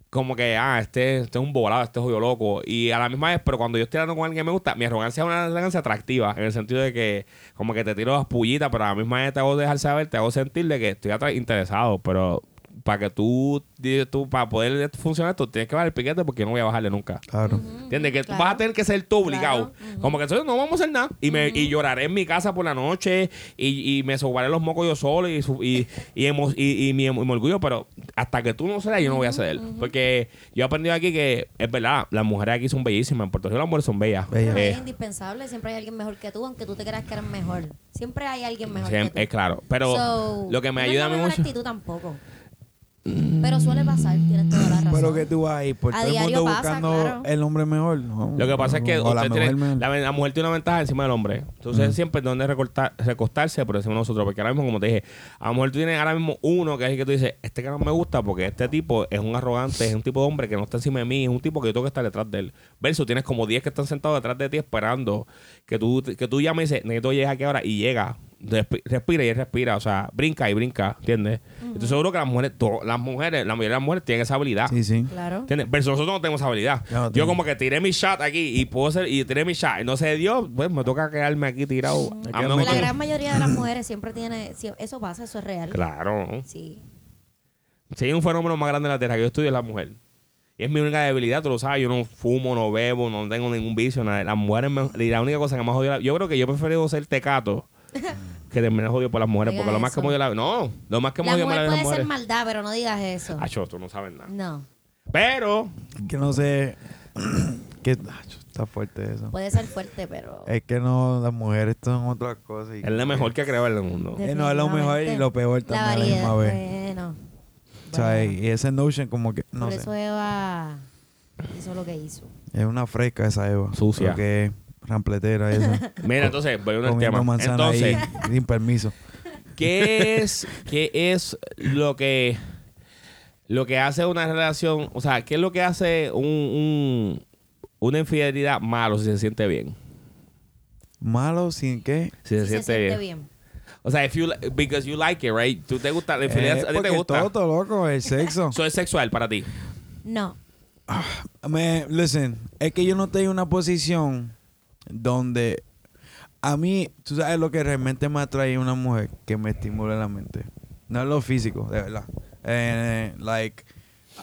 como que, ah, este, este es un volado, este es jodido loco. Y a la misma vez, pero cuando yo estoy hablando con alguien que me gusta, mi arrogancia es una arrogancia atractiva, en el sentido de que, como que te tiro las pullitas, pero a la misma vez te hago dejar saber, te hago sentir de que estoy atra- interesado, pero para que tú, di- tú para poder funcionar, tú tienes que bajar el piquete porque yo no voy a bajarle nunca. Claro. ¿Entiendes? Que tú Claro. vas a tener que ser tú obligado. Claro. Ujú. Como que entonces no vamos a hacer nada. Y, me, y lloraré en mi casa por la noche y, y me sobaré los mocos yo solo y, su- y, y, emo- y- y mi, emo- mi orgullo. Pero hasta que tú no seas, yo no voy a ceder. Porque yo he aprendido aquí que es verdad, las mujeres aquí son bellísimas. En Puerto Rico las mujeres son bellas. Bellas. Eh, es indispensable, siempre hay alguien mejor que tú, aunque tú te creas que eres mejor. Siempre hay alguien mejor siem- que es tú. claro. Pero So, lo que me no ayuda a es la mí mejor mucho. actitud tampoco. Pero suele pasar, tienes toda la razón. Pero que tú vas ahí por A todo el diario mundo pasa, buscando claro. el hombre mejor. No, Lo que pasa es que o la usted mujer Mm. tiene- mejor. la, la mujer tiene una ventaja encima del hombre. Entonces siempre es donde recortar- recostarse por encima de nosotros. Porque ahora mismo, como te dije, a lo mejor tú tienes ahora mismo uno que es el que tú dices, este que no me gusta porque este tipo es un arrogante, es un tipo de hombre que no está encima de mí, es un tipo que yo tengo que estar detrás de él. Versus tienes como 10 que están sentados detrás de ti esperando que tú, que tú llames y dices, necesito llegar aquí ahora y llega. Respi- Respira y él respira, o sea, brinca y brinca, ¿entiendes? Entonces seguro que las mujeres, to- las mujeres, la mayoría de las mujeres tienen esa habilidad. Sí, sí. Claro. ¿Entiendes? Versus nosotros no tenemos esa habilidad. Ya no yo tenemos. como que tiré mi shot aquí y puedo ser, y tiré mi shot. Y no se dio, pues me toca quedarme aquí tirado. A menos quedarme la que- gran mayoría de las mujeres siempre tiene... sí, Eso pasa, eso es real. Claro. Sí. Si hay un fenómeno más grande de la tierra que yo estudio es la mujer. Y es mi única debilidad, tú lo sabes. Yo no fumo, no bebo, no tengo ningún vicio. Nada. Las mujeres, me- y la única cosa que más odio. la- Yo creo que yo prefiero ser tecato que terminar jodido por las mujeres. Diga Porque lo más que eso. me odio la. No, lo más que me La odio por las mujer puede ser mujeres. maldad, pero no digas eso. Acho, tú no sabes nada. No. Pero, Que no sé. que, ah, chu, está fuerte eso. Puede ser fuerte, pero... Es que no, las mujeres son otras cosas. y- es la mejor que creo en el mundo. Eh, no, es lo mejor y lo peor La también a la variedad. misma vez. Bueno. O sea, y y ese notion como que, no Por sé, eso Eva hizo lo que hizo. es una fresca esa Eva. Sucia. Lo que es rampletera esa. Mira, entonces, voy a un comiendo tema. manzana Entonces, ahí sin permiso. ¿Qué es, qué es lo que lo que hace una relación? O sea, ¿qué es lo que hace un, un- una infidelidad malo si se siente bien? Malo sin qué. Si se, Sí siente, bien. O sea, if you li- because you like it, right? Tú te gusta la infidelidad, Eh, a ti te porque gusta. Todo, loco, el sexo. Eso es sexual para ti. No. Me, listen, es que yo no estoy en una posición donde a mí, tú sabes lo que realmente me atrae una mujer que me estimule la mente. No es lo físico, de verdad. Eh, like,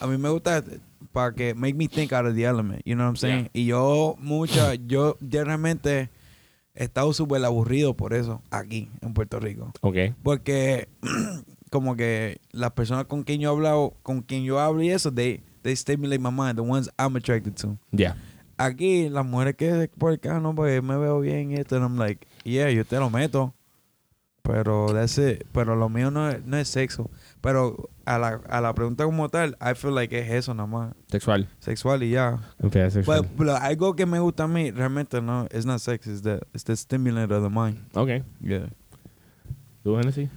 a mí me gusta para que make me think out of the element, you know what I'm saying? Y yo mucha, yo yo realmente he estado súper aburrido por eso aquí en Puerto Rico. Ok. Porque como que las personas con quien yo he hablado, con quien yo hablo y eso, they, they stimulate my mind, the ones I'm attracted to. Ya. Aquí las mujeres que por acá no, pues me veo bien y esto, and I'm like, yeah, yo te lo meto. Pero that's it. Pero lo mío no es, no es sexo. Pero a la, a la pregunta como tal, I feel like es eso nada más. Sexual. Sexual y ya. Infidelidad sexual. But, but algo que me gusta a mí, realmente no, it's not sex, it's the, it's the stimulant of the mind. ok. Yeah. ¿Tú, Genesis?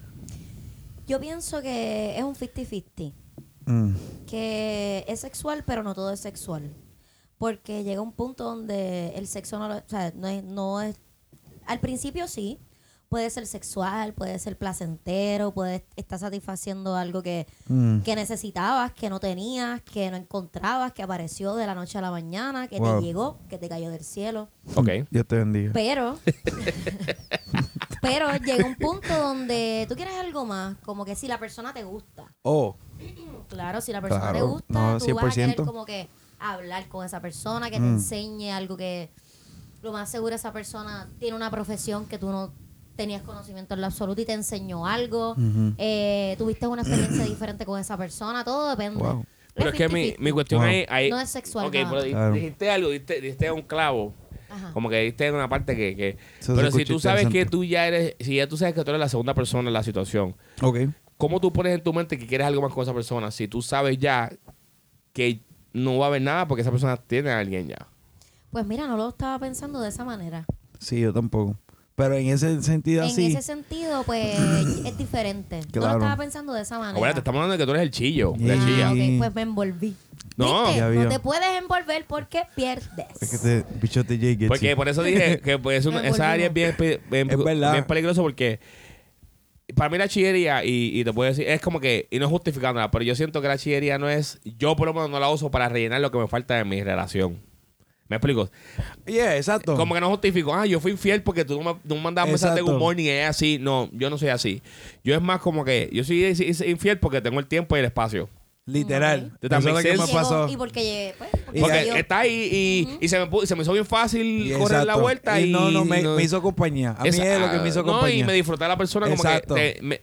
Yo pienso que es un 50-50. Mm. Que es sexual, pero no todo es sexual. Porque llega un punto donde el sexo no, lo- o sea, no, es, no es... Al principio sí, puede ser sexual, puede ser placentero, puede estar satisfaciendo algo que, Mm. que necesitabas, que no tenías, que no encontrabas, que apareció de la noche a la mañana, que Wow. te llegó, que te cayó del cielo. Ok. Dios te bendiga. Pero, pero llega un punto donde tú quieres algo más, como que si la persona te gusta. Oh, Claro, si la persona te Claro, gusta, no, tú vas a querer 100%. como que hablar con esa persona, que te Mm. enseñe algo que lo más seguro esa persona tiene una profesión que tú no tenías conocimiento en lo absoluto y te enseñó algo, eh, tuviste una experiencia diferente con esa persona, todo depende. Wow. Pero es que mi, 50-50. mi cuestión Wow. ahí, ahí- No es sexual Ok, nada. pero di- Claro. dijiste algo, diste, diste un clavo. Ajá. Como que diste en una parte que... que Eso se pero si escucha tú sabes que interesante. tú ya eres... Si ya tú sabes que tú eres la segunda persona en la situación, ok. ¿cómo tú pones en tu mente que quieres algo más con esa persona? Si tú sabes ya que no va a haber nada porque esa persona tiene a alguien ya. Pues mira, no lo estaba pensando de esa manera. Sí, yo tampoco. Pero en ese sentido En así. ese sentido, pues es diferente. No Claro. lo estaba pensando de esa manera. Abuela, te estamos hablando de que tú eres el chillo. Yeah. La Ah, chilla. ok, pues me envolví. No. ¿Viste? Ya no vio. te puedes envolver porque pierdes. Es que este te, bichote J. Getty. Porque por eso dije que pues, es una- Me esa volvimos. área es bien, pe- bien, Es verdad. bien peligrosa porque para mí la chillería, y, y te puedo decir, es como que, y no justificándola, pero yo siento que la chillería no es, yo por lo menos no la uso para rellenar lo que me falta de mi relación. ¿Me explico? Yeah, exacto. Como que no justifico, ah, yo fui infiel porque tú no me, no me mandabas mensajes de Exacto. good morning y es así. No, yo no soy así. Yo es más como que, yo soy infiel porque tengo el tiempo y el espacio. Literal. Te Eso es lo también que sense. me Llegó, pasó. Y porque llegué, pues, porque Y Porque yo- está ahí y, y se, me, pu- se me hizo bien fácil Y correr la exacto. vuelta. Y, no, no, me, me hizo compañía. A mí Esa- es lo que me hizo No, y compañía. me disfruté a la persona como Exacto. que te- me-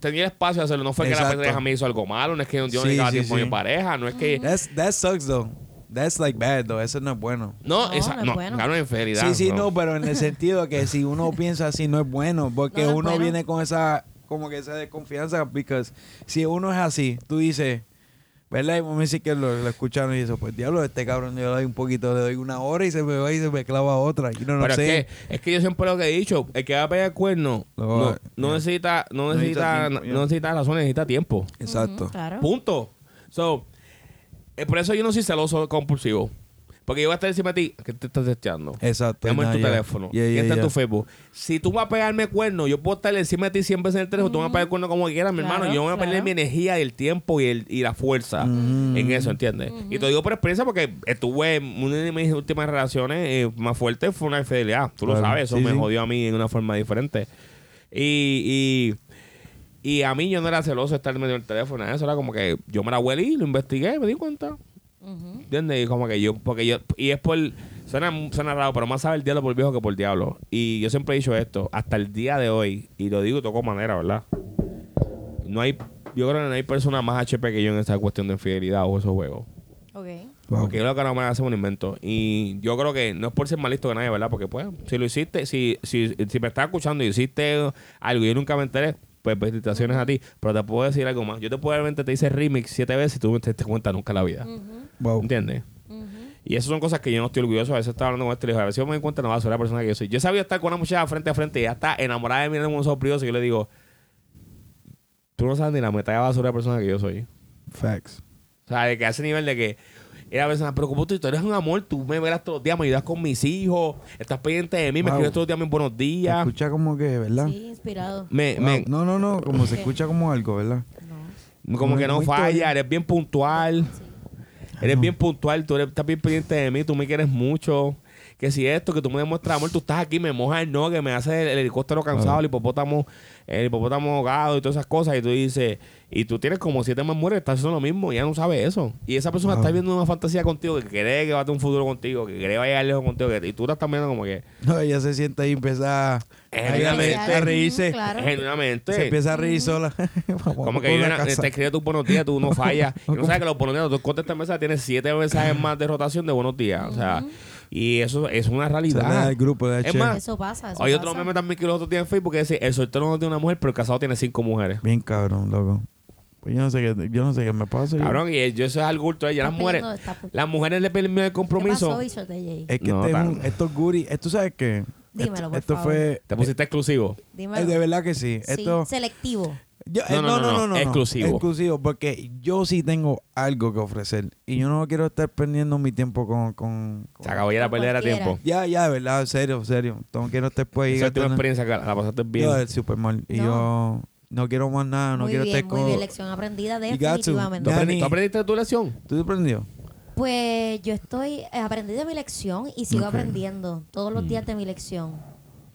tenía el espacio de hacerlo. No fue que la Exacto. pareja me hizo algo malo, no es que yo no Sí, llegaba a sí, tiempo a sí. mi pareja, no es que. That's- that sucks though. That's like bad though. Eso no es bueno. No, No, esa, no es no, bueno. claro, en felicidad. Sí, sí, no, pero en el sentido que si uno piensa así no es bueno, porque No es uno bueno. viene con esa como que esa desconfianza, because si uno es así, tú dices, ¿verdad? Y me dice que lo, lo escucharon y eso, pues diablo, este cabrón yo le doy un poquito, le doy una hora y se me va y se me clava otra. Y no, no Pero es sé. que, es que yo siempre lo que he dicho, el que va a pegar el cuerno Lo no, va a- no ya. necesita, no necesita, Necesita tiempo, ya. no necesita razones, necesita tiempo. Exacto. Ujú, claro. Punto. So, eh, por eso yo no soy celoso compulsivo. Porque yo voy a estar encima de ti, que te estás testeando. Exacto. Llama en Nah, tu ya. teléfono. Yeah, y yeah, está en yeah. tu Facebook. Si tú vas a pegarme cuerno, yo puedo estar encima de ti siempre en el teléfono. Tú me vas a pegar cuerno como quieras, mi hermano. Claro, Yo voy a perder claro. mi energía y el tiempo y, el, y la fuerza Mm. en eso, ¿entiendes? Y te lo digo por experiencia porque estuve en una de mis últimas relaciones eh, más fuertes fue una infidelidad. Tú lo Claro. sabes, eso Sí, me sí. jodió a mí en una forma diferente. Y, y, y a mí yo no era celoso de estar medio en el teléfono. Eso era como que yo me la huelí, lo investigué, me di cuenta. Ujú. ¿Entiendes? Y como que yo, porque yo, y es por, suena, suena raro, pero más sabe el diablo por viejo que por diablo. Y yo siempre he dicho esto, hasta el día de hoy, y lo digo de toda manera, ¿verdad? No hay, yo creo que no hay persona más HP que yo en esa cuestión de infidelidad o esos juegos. Ok. Wow. Porque yo creo que la manera hace un invento. Y yo creo que no es por ser más listo que nadie, ¿verdad? Porque pues, si lo hiciste, si, si, si me estás escuchando y hiciste algo y yo nunca me enteré, pues felicitaciones a ti. Pero te puedo decir algo más. Yo te puedo realmente te hice remix siete veces y tú no te diste cuenta nunca en la vida. Wow. ¿Entiendes? Y esas son cosas que yo no estoy orgulloso. A veces estaba hablando con este y le digo, a ver si yo me doy cuenta, no va a ser la persona que yo soy. Yo he sabido estar con una muchacha frente a frente y ya está enamorada de mí en un sorpresa. Y yo le digo, tú no sabes ni la mitad de basura de persona que yo soy. Facts. O sea, de que a ese nivel de que era persona, pero como tú, tú eres un amor, tú me verás todos los días, me ayudas con mis hijos, estás pendiente de mí, me Wow. escribes todos los días mis buenos Se días. escucha como que, ¿verdad? Sí, inspirado. Me, Wow. Eh, me- No, no, no, como se escucha como algo, ¿verdad? No. como muy- que no muy falla, todavía. eres bien puntual. Sí. Eres bien puntual, tú eres, estás bien pendiente de mí, tú me quieres mucho. Que si esto, que tú me demuestras amor, tú estás aquí, me mojas el no, que me haces el, el helicóptero cansado, el hipopótamo, el hipopótamo ahogado y todas esas cosas. Y tú dices, y tú tienes como siete más mujeres, estás haciendo lo mismo, ya no sabes eso. Y esa persona Wow. está viendo una fantasía contigo, que cree que va a tener un futuro contigo, que cree que va a llegar lejos contigo, que, y tú la estás viendo como que, No, ella se sienta ahí y empieza a, Genuinamente. a reírse. Ujú, Claro. genuinamente. Se empieza a reír sola. Vamos Como que por yo la era- casa. te escribe tus buenos días, tú no fallas. y no sabes que los buenos días, tú contestas mensajes, tienes siete mensajes más de rotación de buenos días. O sea, y eso es una Se le da realidad. el grupo de Es H. más, Eso pasa. Eso Hay pasa. otro meme también que los otros días en Facebook que dice, el soltero no tiene una mujer, pero el casado tiene cinco mujeres. Bien cabrón, loco. Pues yo no sé qué, yo no sé qué me pasa. yo- Cabrón, y yo eso es algo culto. Ya las Está mujeres, pidiendo, está pu- las mujeres le piden miedo al ¿Qué compromiso. pasó, bicho, TJ? Es que No, este es tan- un- estos guris, ¿tú sabes qué? Dímelo, esto, por esto favor. fue Te pusiste exclusivo. Dímelo. eh, de verdad que sí. Sí, Esto selectivo. yo- eh, No, no, no, no, exclusivo. Exclusivo porque yo sí tengo algo que ofrecer y yo no quiero estar perdiendo mi tiempo con, con- con- Se acabó ya la Con pelea de cualquiera. tiempo. Ya, ya, de verdad, serio, serio. No quiero estar pues Esa es tu gastando- experiencia, cara. La pasaste bien. Yo del Superman y No. yo no quiero más nada, no muy quiero bien, estar muy con bien. Lección aprendida You got ¿Tú, to. No. definitivamente. aprendi- Dani. tú aprendiste tu lección? ¿Tú te prendió? Pues yo estoy... eh, aprendí de mi lección y sigo Ok. Mm. aprendiendo todos los días de mi lección.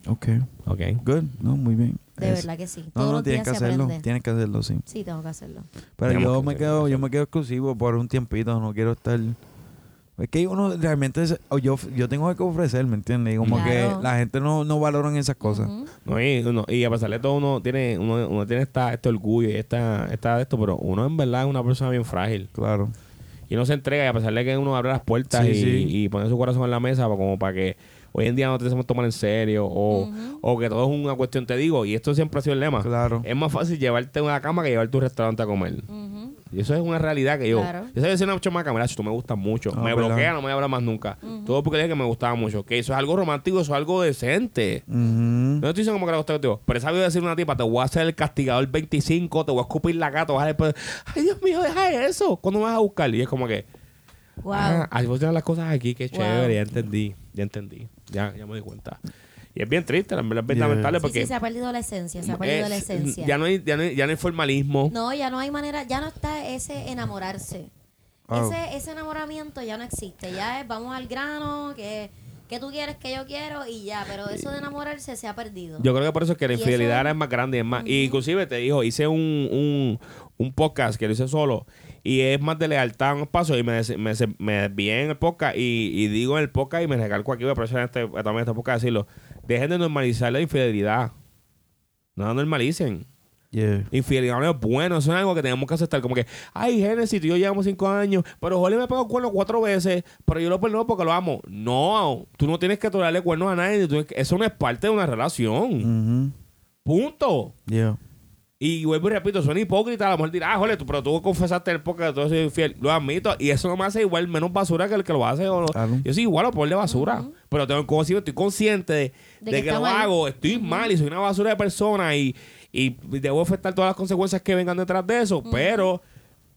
Ok. Ok. Good. No, muy bien. De Es- verdad que sí. No, todos no, los tienes días que se hacerlo. aprende. Tienes que hacerlo, sí. Sí, tengo que hacerlo. Pero Tenemos yo que me hacerlo, quedo, yo me quedo exclusivo por un tiempito, no quiero estar. Es que uno realmente es- o yo, yo tengo algo que ofrecer, ¿me entiendes? Y como Claro. que la gente no, no valoran esas cosas. Ujú. No, y, uno- y a pesar de todo, uno tiene, uno, uno tiene esta, este orgullo y esta, esta de esto, pero uno en verdad es una persona bien frágil. Claro. Y uno se entrega, y a pesar de que uno abre las puertas Sí, y, sí. y pone su corazón en la mesa, pues, como para que hoy en día no te hacemos tomar en serio, o, o que todo es una cuestión, te digo, y esto siempre ha sido el lema. Claro. Es más fácil llevarte a una cama que llevarte a un restaurante a comer. Ujú. Y eso es una realidad que yo. Claro. Yo sabía si una chamaca, mira, si tú me gustas mucho, Ah, me verdad. bloquea, no me habla más nunca. Todo porque le dije que me gustaba mucho. Que eso es algo romántico, eso es algo decente. Ujú. No te dicen como que le gustaba tío. Pero he sabido decirle a una tipa, te voy a hacer el castigador 25, te voy a escupir la gata, vas a después. Ay, Dios mío, deja eso. ¿Cuándo me vas a buscar? Y es como que. Wow. Ah, ahí vos tienes las cosas aquí, qué Wow. chévere. Ya entendí, ya entendí. Ya, ya me di cuenta. Y es bien triste, la verdad es bien Yeah. lamentable Sí, porque. sí, se ha perdido la esencia, Mm, se ha perdido la es- esencia. Ya no, hay, ya, no hay, ya no hay formalismo. No, ya no hay manera, ya no está ese enamorarse. Oh. Ese, ese enamoramiento ya no existe. Ya es vamos al grano, que, que tú quieres, que yo quiero y ya. Pero eso de enamorarse se ha perdido. Yo creo que por eso es que la Y eso- infidelidad era más grande. Es más, y inclusive te dijo, hice un, un, un podcast que lo hice solo y es más de lealtad, un paso. Y me, des- me, des- me desvié en el podcast y, y digo en el podcast y me recalco aquí, voy a aprovechar este, también este podcast decirlo. Dejen de normalizar la infidelidad. No la normalicen. Yeah. Infidelidad no es bueno, eso es algo que tenemos que aceptar. Como que, ay, Génesis, tú y yo llevamos cinco años, pero Holly me pegó cuernos cuatro veces, pero yo lo perdono porque lo amo. No, tú no tienes que tolerarle cuernos a nadie. tú tienes que- eso no es parte de una relación. Ujú. Punto. Yeah. Y vuelvo y repito, son hipócritas. A lo mejor dirá, ah, Holly, tú, pero tú confesaste en el podcast que tú has sido infiel. Lo admito. Y eso no me hace igual, menos basura que el que lo hace. O no. Claro. Yo soy igual a ponerle basura. Pero tengo como si- estoy consciente de, de De que que está lo mal. hago. Estoy mal y soy una basura de persona. Y, y debo afectar todas las consecuencias que vengan detrás de eso. Pero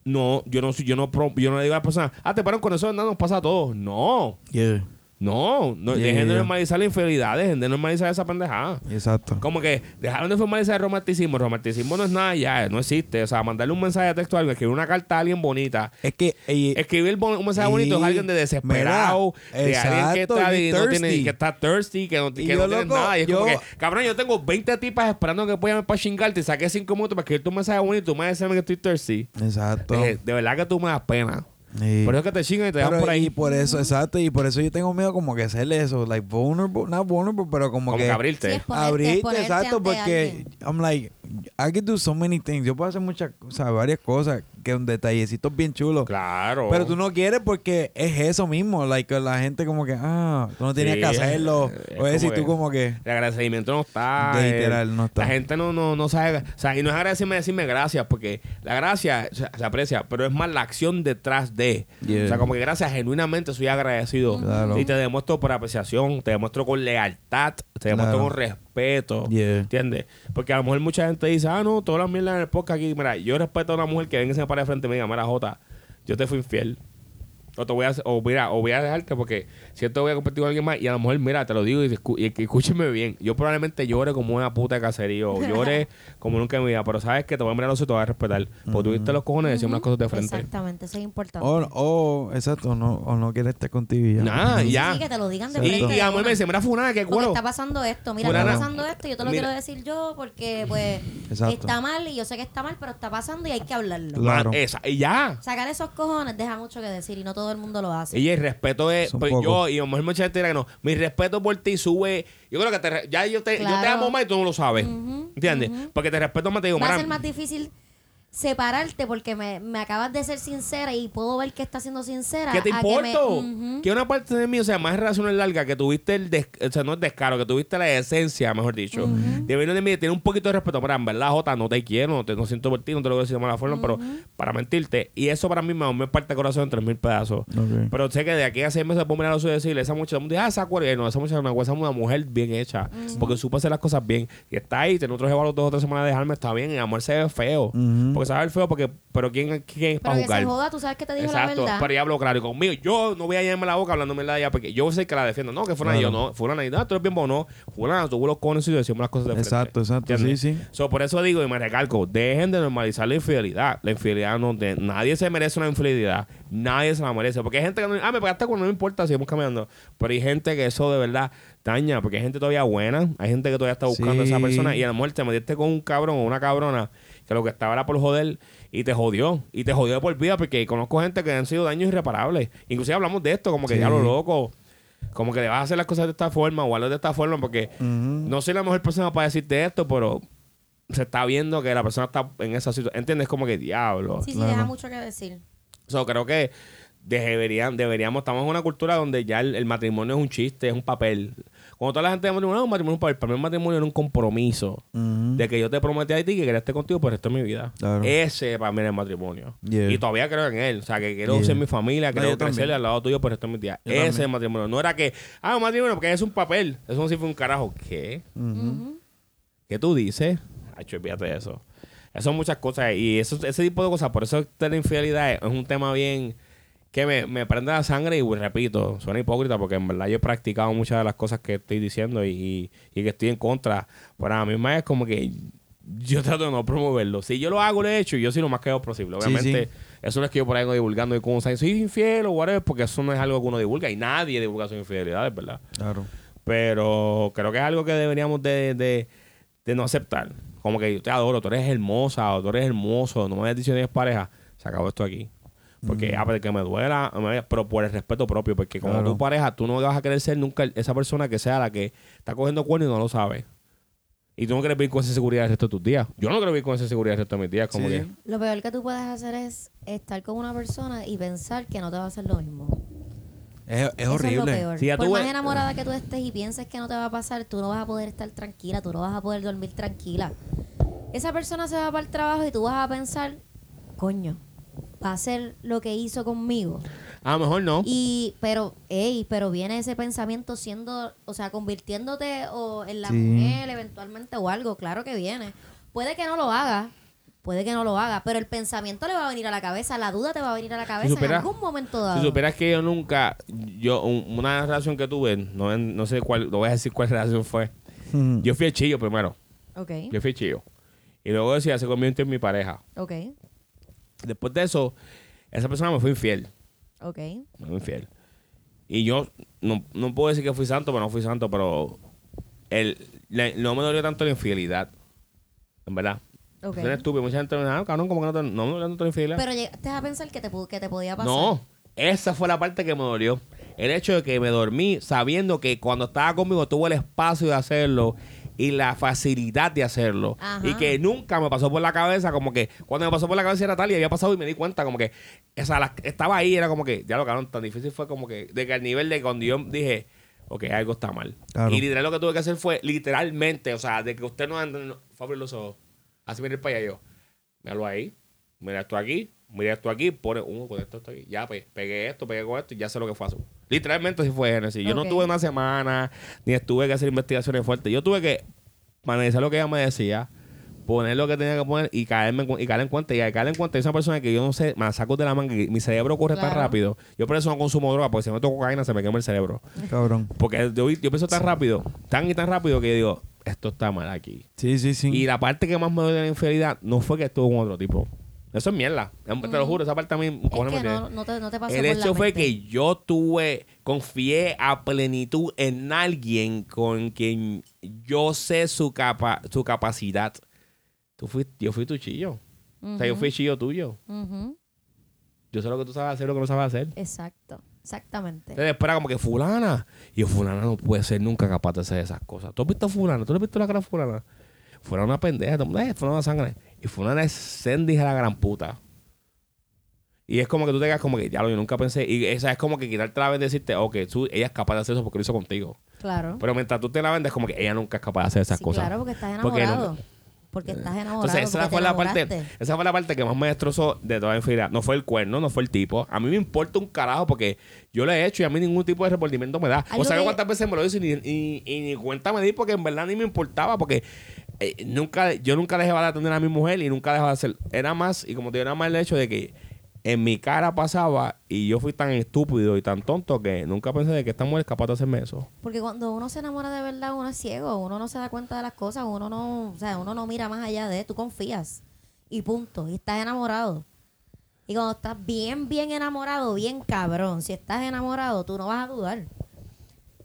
no, yo no, soy- yo no, pro- yo no le digo a la persona, ah, te paran con eso, no, nos pasa a todos. No. Yeah. No, no Yeah, dejen yeah, de yeah. normalizar la infidelidad, dejen de normalizar esa pendejada. Exacto. Como que dejaron de formalizar el romanticismo. El romanticismo no es nada ya, no existe. O sea, mandarle un mensaje de texto a alguien, escribir una carta a alguien bonita. Es que eh, Escribir bon- un mensaje bonito es Sí. alguien de desesperado, Mira, de alguien que exacto, está, y y no thirsty. tiene, que está thirsty, que no, que Y no yo, tiene loco, nada. Y es como yo- que, cabrón, yo tengo 20 tipas esperando que puedan para chingarte. Saqué 5 minutos para escribirte un mensaje bonito. Tú me decías que estoy thirsty. Exacto. Eh, de verdad que tú me das pena. Sí. Por eso que te chingan y te Pero dejan por ahí. Y por eso, exacto. Y por eso yo tengo miedo como que hacerle eso. Like vulnerable, not vulnerable, pero como, como que... que abrirte. Sí, es Ponerte- abrirte, ponerte exacto, ante porque alguien. I'm like, I can do so many things. Yo puedo hacer muchas, o sea, varias cosas, que un detallecito bien chulo. Claro. Pero tú no quieres porque es eso mismo. Like, que la gente como que, ah, tú no tenías Sí, que hacerlo. es- es O es si como tú que- como que, El agradecimiento no está. De eh, literal, no está. La gente no, no, no sabe. O sea, y no es agradecerme decirme gracias, porque la gracia o sea, se aprecia, pero es más la acción detrás de. Yeah. O sea, como que gracias, genuinamente soy agradecido. Claro. Y te demuestro por apreciación, te demuestro con lealtad, te demuestro Claro. con respeto. Yeah. ¿Entiendes? Porque a lo mejor mucha gente dice, ah, no, todas las mierdas en el podcast aquí. Mira, yo respeto a una mujer que venga y se me para de frente y me diga, mira, Jota, yo te fui infiel. O te voy a, hacer- o mira, o voy a dejarte porque si te voy a compartir con alguien más y a lo mejor, mira, te lo digo y, escu- y que escúcheme bien. Yo probablemente llore como una puta de caserío, llore como nunca en mi vida, pero sabes que te voy a mirar los ojos y te voy a respetar. Porque tuviste los cojones de decirme las cosas de frente. Exactamente, eso es importante. oh, oh, exacto, no, o no quieres estar contigo y ya. Nada, Sí, ya. sí, que te lo digan de y, frente y de a lo mejor una. me dice, mira, Funada, qué porque cuero. está pasando esto, mira, Fulana. está pasando esto, yo te lo Mira. quiero decir yo porque pues Exacto. está mal y yo sé que está mal, pero está pasando y hay que hablarlo. Claro. Ma- esa- y ya. Sacar esos cojones deja mucho que decir y no todo el mundo lo hace. Ella, el respeto es. Es un pues, poco. yo, y a lo mejor mucha gente dirá que no. Mi respeto por ti sube. Yo creo que te, re- ya yo te, yo te Claro. amo más y tú no lo sabes. ¿Entiendes? Porque te respeto más, te digo, Va a "Mara, ser más difícil separarte porque me, me acabas de ser sincera y puedo ver que estás siendo sincera. ¿Qué te a que me- importa? Ujú. Que una parte de mí, o sea, más relaciones largas, que tuviste el des- o sea, no el descaro, que tuviste la esencia, mejor dicho. De venir de mí, de tener un poquito de respeto. Para en verdad, Jota, no te quiero, no, te, no siento por ti, no te lo voy a decir de mala forma, pero para mentirte. Y eso para mí me, me parte el corazón en tres mil pedazos. Ok. Pero sé que de aquí a seis meses puedo mirar a los ojos y decirle, esa muchacha, un día, ah, esa cuerda, no, esa muchacha no, esa es una mujer bien hecha, porque supo hacer las cosas bien. Y está ahí, tener otro jefe a los dos o tres semanas de dejarme, está bien, el amor se ve feo. Ujú. Porque se ve feo, porque, pero ¿quién, quién es Pero para que se jugar? joda, tú sabes que te dijo Exacto, la verdad. pero ella habló claro y conmigo. Yo no voy a llenarme la boca hablándome la de ella porque yo sé que la defiendo. No, que fulana, Claro. yo no. Fulana, y, no, Ah, tú eres bien bono. Fulana, tú los conos y decimos las cosas de frente. Exacto, exacto, sí, sí. So, por eso digo y me recalco, dejen de normalizar la infidelidad. La infidelidad no... te- nadie se merece una infidelidad. Nadie se la merece. Porque hay gente que no... Ah, me pegaste cuando no me importa, seguimos caminando. Pero hay gente que eso de verdad daña porque hay gente todavía buena. Hay gente que todavía está buscando Sí. a esa persona y a lo mejor te metiste con un cabrón o una cabrona que lo que estaba era por joder y te jodió. Y te jodió de por vida porque conozco gente que han sido daños irreparables. Inclusive hablamos de esto, como que Sí. ya lo loco. Como que le vas a hacer las cosas de esta forma o algo de esta forma porque Ujú. no soy la mejor persona para decirte esto, pero se está viendo que la persona está en esa situación. ¿Entiendes? Como que diablo. sí, sí, Claro. deja mucho que decir. So, creo que deberían, deberíamos, estamos en una cultura donde ya el, el matrimonio es un chiste, es un papel. Cuando toda la gente de matrimonio, no, un matrimonio para, para mí un matrimonio era un compromiso Ujú. de que yo te prometí a ti que quería estar contigo por el resto de mi vida. Claro. Ese para mí era el matrimonio. Yeah. Y todavía creo en él. O sea, que quiero Yeah. ser mi familia, No, quiero yo también. crecer al lado tuyo por el resto de mis días. Yo Ese es también. el matrimonio. No era que, ah, un matrimonio porque es un papel. Eso no sirve un carajo. ¿Qué? Ujú. ¿Qué tú dices? Ay, chu, olvídate de eso. Esas son muchas cosas. Y eso, ese tipo de cosas, por eso la infidelidad es, es un tema bien que me, me prende la sangre y pues, repito, suena hipócrita porque en verdad yo he practicado muchas de las cosas que estoy diciendo y, y- y que estoy en contra. Pero a mí más es como que yo trato de no promoverlo. Si yo lo hago, lo he hecho y yo soy lo más que posible. Sí, Obviamente, sí. eso no es que yo por ahí ando divulgando y como soy infiel o whatever, porque eso no es algo que uno divulga y nadie divulga sus infidelidades, ¿verdad? Claro. Pero creo que es algo que deberíamos de, de- de no aceptar. Como que yo te adoro, tú eres hermosa o tú eres hermoso, no me has dicho que tienes pareja. Se acabó esto aquí. Porque, ah, pero que me duela, me duela, pero por el respeto propio. Porque como Claro. tu pareja, tú no vas a querer ser nunca esa persona que sea la que está cogiendo cuerno y no lo sabe. Y tú no quieres vivir con esa seguridad el resto de tus días. Yo no quiero vivir con esa seguridad el resto de mis días. Como Sí, que, sí. Lo peor que tú puedes hacer es estar con una persona y pensar que no te va a hacer lo mismo. Es, es Eso es lo horrible. peor. Sí, ya Por tú más ves- enamorada que tú estés y pienses que no te va a pasar, tú no vas a poder estar tranquila, tú no vas a poder dormir tranquila. Esa persona se va para el trabajo y tú vas a pensar, coño, va a hacer lo que hizo conmigo. a lo mejor no. Y, pero, ey, pero viene ese pensamiento siendo, o sea, convirtiéndote o en la Sí. mujer eventualmente o algo, claro que viene. Puede que no lo haga, puede que no lo haga, pero el pensamiento le va a venir a la cabeza, la duda te va a venir a la cabeza supieras- en algún momento dado. Si supieras que yo nunca, yo, un- una relación que tuve, no, no sé cuál, no voy a decir cuál relación fue. Mm. Yo fui el chillo primero. Ok, Yo fui chillo. Y luego decía, se convirtió en mi pareja. ok, Después de eso, esa persona me fue infiel. ok. Me fue infiel. Y yo no, no puedo decir que fui santo, pero no fui santo, pero el, le- no me dolió tanto la infidelidad. En verdad. Ok. Suena estúpido. Mucha gente me dice, ah, cabrón, como que no, te- no me dolió tanto la infidelidad. Pero llegaste a pensar que te, pu- que te podía pasar. No, esa fue la parte que me dolió. El hecho de que me dormí sabiendo que cuando estaba conmigo tuvo el espacio de hacerlo y la facilidad de hacerlo. Ajá. Y que nunca me pasó por la cabeza, como que cuando me pasó por la cabeza era tal y había pasado y me di cuenta, como que esa, la- estaba ahí, era como que, ya lo cabrón, tan difícil fue como que, de que al nivel de cuando yo dije, ok, algo está mal. Claro. Y literal lo que tuve que hacer fue, literalmente, o sea, de que usted no anda, no, fue abrir los ojos, así mirar para allá yo. Míralo ahí. Mira esto aquí. Mira esto aquí. Pone uno con esto, esto aquí. Ya, pues, pegué esto, pegué con esto y ya sé lo que fue azul. Literalmente así fue Genesis. Yo Ok. no tuve una semana, ni estuve que hacer investigaciones fuertes. Yo tuve que manejar lo que ella me decía, poner lo que tenía que poner y caerme en cu- y caer en cuenta. Y al caer en cuenta, yo soy una persona que yo no sé, me la saco de la manga y mi cerebro corre tan Claro. rápido. Yo por eso no consumo droga, porque si meto cocaína se me quema el cerebro. Cabrón. Porque yo, yo pienso tan rápido, tan y tan rápido que yo digo, esto está mal aquí. Sí, sí, sí. Y la parte que más me duele de la infidelidad no fue que estuvo con otro tipo. Eso es mierda. Em, Te lo juro, esa parte a mí Mm. Es cojones me que tiene. no, no te, no te pasó El por la hecho fue mente. que yo tuve, confié a plenitud en alguien con quien yo sé su capa, su capacidad. Tú fui, yo fui tu chillo. O sea, yo fui chillo tuyo. Ujú, Yo sé lo que tú sabes hacer, lo que no sabes hacer. Exacto, exactamente. Entonces espera como que fulana. Y yo, fulana no puede ser nunca capaz de hacer esas cosas. ¿Tú has visto a fulana? ¿Tú le has visto la cara a fulana? Fulana es una pendeja. todo el mundo, "Eh, Fulana es sangre. Y fulana es sendija la gran puta. Y es como que tú te quedas como que, ya lo, yo nunca pensé. Y esa es como que quitarte la venda y decirte, ok, tú, ella es capaz de hacer eso porque lo hizo contigo. Claro. Pero mientras tú te la vendes, como que ella nunca es capaz de hacer esas Sí, cosas. Claro, porque estás Porque no- enamorado. Porque, estás enamorado. Entonces, esa porque te fue la parte, enamoraste. esa fue la parte que más me destrozó de toda la infidelidad. No fue el cuerno, no fue el tipo. A mí me importa un carajo porque yo lo he hecho y a mí ningún tipo de remordimiento me da. Algo o sea, que- cuántas veces me lo hice y, ni- y- y ni cuenta me di porque en verdad ni me importaba porque eh, nunca, yo nunca dejaba de atender a mi mujer y nunca dejaba de hacer. Era más, y como te digo, era más el hecho de que en mi cara pasaba y yo fui tan estúpido y tan tonto que nunca pensé de que esta mujer es capaz de hacerme eso. Porque cuando uno se enamora de verdad, uno es ciego, uno no se da cuenta de las cosas, uno no, o sea, uno no mira más allá de, tú confías y punto, y estás enamorado. Y cuando estás bien, bien enamorado, bien cabrón, si estás enamorado, tú no vas a dudar.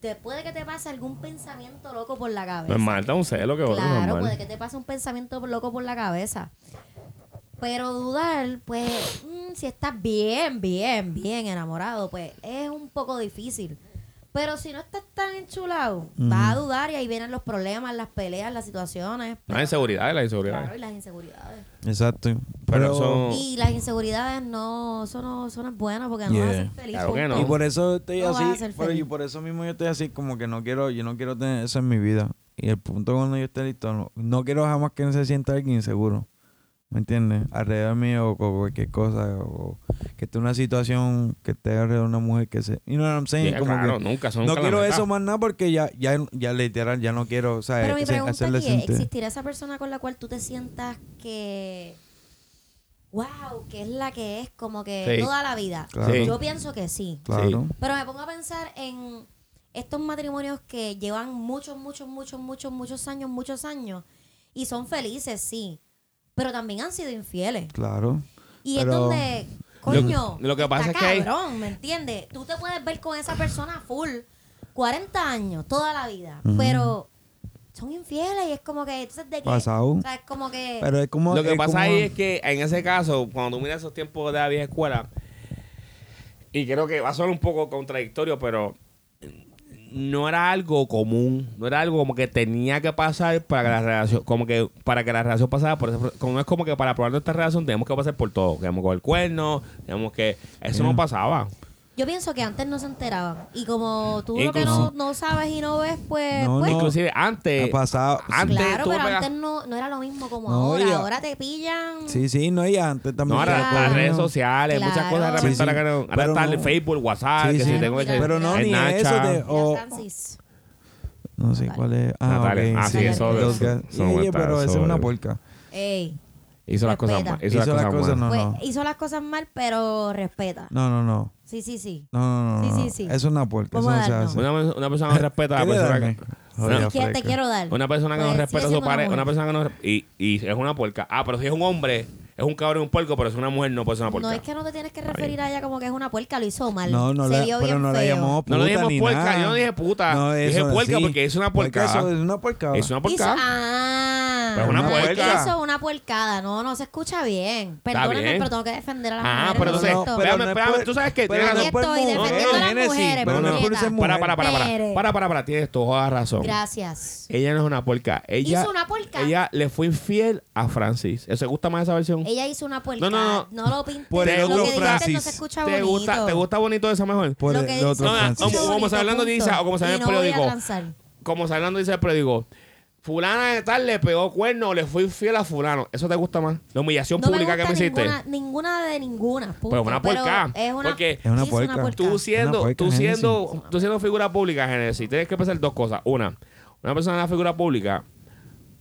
Te puede que te pase algún pensamiento loco por la cabeza. Normal, da un celo que otro, Claro, normal. puede que te pase un pensamiento loco por la cabeza. Pero dudar, pues, mm, si estás bien, bien, bien enamorado, pues es un poco difícil. Pero si no estás tan enchulado, vas a dudar y ahí vienen los problemas, las peleas, las situaciones. Las inseguridades, las inseguridades. Claro, y las inseguridades. Exacto. Pero Pero, son- No. Y las inseguridades no, eso no, eso no es bueno porque no Yeah. vas a ser feliz. Claro que punto. no. Y por eso estoy No vas a así. ser pero- feliz. y por eso mismo yo estoy así, como que no quiero, yo no quiero tener eso en mi vida. Y el punto cuando yo esté listo, no, no quiero jamás que se sienta alguien inseguro. ¿Me entiendes? Alrededor mío o con cualquier cosa. O que esté una situación que esté alrededor de una mujer que se. You know what I'm saying? Yeah, Como claro, que nunca son no quiero calamitas. eso más nada porque ya, ya, ya literal, ya no quiero, o sea, Pero mi hacer- pregunta hacerle aquí es, sentir. ¿existirá esa persona con la cual tú te sientas que... Wow, que es la que es como que Sí. toda la vida? Claro. Sí. Yo pienso que sí. Claro. Pero me pongo a pensar en estos matrimonios que llevan muchos, muchos, muchos, muchos, muchos años, muchos años. Y son felices, sí. Pero también han sido infieles. Claro. Y Pero- es donde, coño, lo que pasa está es que hay- cabrón, ¿me entiendes? Tú te puedes ver con esa persona full 40 años, toda la vida, pero son infieles y es como que, entonces, ¿de qué? Pasado. O sea, es como que... Pero es como. Lo que es pasa como- ahí es que en ese caso, cuando tú miras esos tiempos de la vieja escuela, y creo que va a sonar un poco contradictorio, pero no era algo común, no era algo como que tenía que pasar para que la relación, como que para que la relación pasara por ese pro- como no es como que para probar nuestra relación tenemos que pasar por todo, tenemos que coger cuerno, tenemos que eso Mm. no pasaba. Yo pienso que antes no se enteraban. Y como tú lo que Incluso- no, no sabes y no ves, pues... No, pues no, Inclusive antes, Ha pasado. antes claro, tú pero pegas- antes no, no era lo mismo como No, ahora. y a- Ahora te pillan... Sí, sí, no, y antes también. no, ahora Claro. las redes sociales, muchas Claro. cosas de repente Sí, sí. ahora que no- ahora Pero está el no. Facebook, el WhatsApp, Sí, que sí. si tengo Mira, ese- Pero no, el ni eso Nacha. de- Mira, o- Francis. No sé Natalia. cuál es. Ah, Natalia. ok, Ah, sí, eso- los eso- que- eso Oye, está- pero eso esa es una es- porca. Ey, Hizo las Respeta. cosas mal. Hizo, Hizo las las cosas, cosas mal. No, pues, no. hizo las cosas mal, pero respeta. No, no, no. Sí, sí, sí. No, no, no. Sí, no, sí, no. sí. Eso es una porca. Eso Vamos no a se darnos. hace. Una, perso- una persona no respeta a la ¿Qué le persona darme? que- Jodida No, ¿Qué te fresca. quiero dar? Una persona que no Pues, respeta a sigue su siendo una pareja. Una mujer. persona que no re- y, y es una puerca. Ah, pero si es un hombre, es un cabrón y un puerco, pero si es una mujer no puede ser una puerca. No es que no te tienes que referir a ella como que es una puerca, lo hizo mal. No, no, Se la, vio pero bien no la feo. llamamos puta No le dijimos ni puerca, nada. yo no dije puta, dije eso no, puerca sí. porque es una Porque puercada. eso es una puercada. Es una Hizo- puerca. ah, Pero es una no, es que puerca. Eso es una puercada. No, no se escucha bien. Perdóname, bien. pero tengo que defender a las Ah, mujeres. pero lo entonces- siento. pero- espérame, no es espérame, por- tú sabes que pero tienes no es por razón. Estoy mujer, defendiendo a las Génesis, mujeres, pero no es por puñeta. ser mujer. Para, para, para, para. Mujeres. Para, para, para. Tienes toda la razón. Gracias. Ella no es una puerca. Ella, Hizo una puerca. Ella le fue infiel a Francis. ¿Se gusta más esa versión? Ella hizo una puerca. No, no, no. lo pintes. Por el lo otro que dijiste no Francis. se escucha ¿Te bonito. gusta, ¿Te gusta bonito esa mejor? Por Lo el que el dice- otro No, Francis. como- como está se hablando dice, o como se ve en el periódico. como Fernando dice el periódico, fulana de tal le pegó cuerno, le fui fiel a fulano. ¿Eso te gusta más? La humillación No me pública gusta que me hiciste. ninguna, ninguna de ninguna. punto. Pero una puerca, es una, porque sí, es una puerca. puerca. Tú siendo, Una puerca, tú Génesis. siendo, tú siendo figura pública, Genesis, tienes que pensar dos cosas. Una, una persona de la figura pública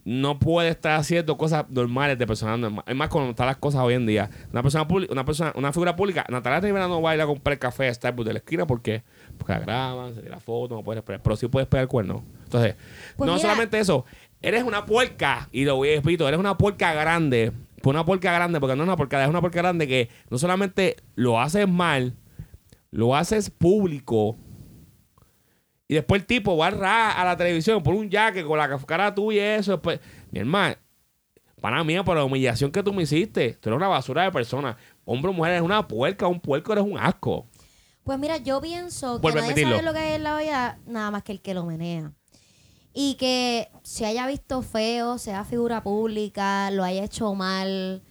no puede estar haciendo cosas normales de personas normales. Es más, como están las cosas hoy en día. Una persona pública, una persona, una figura pública, Natalia Rivera no va a ir a comprar café a Starbucks de la esquina porque, porque la graban, se tira foto, no puedes esperar, pero sí puedes pegar el cuerno. Entonces, Pues no mira. solamente eso, eres una puerca, y lo voy a explicar, eres una puerca grande. Pues una puerca grande, porque no es una puerca, es una puerca grande que no solamente lo haces mal, lo haces público y después el tipo va al ra- a la televisión por un jaque con la cara tuya y eso. Después, mi hermano, para mí, por la humillación que tú me hiciste, tú eres una basura de persona. Hombre o mujer, eres una puerca, un puerco eres un asco. Pues mira, yo pienso que Vuelve a nadie admitirlo. sabe lo que es la vida nada más que el que lo menea. Y que se haya visto feo, sea figura pública, lo haya hecho mal,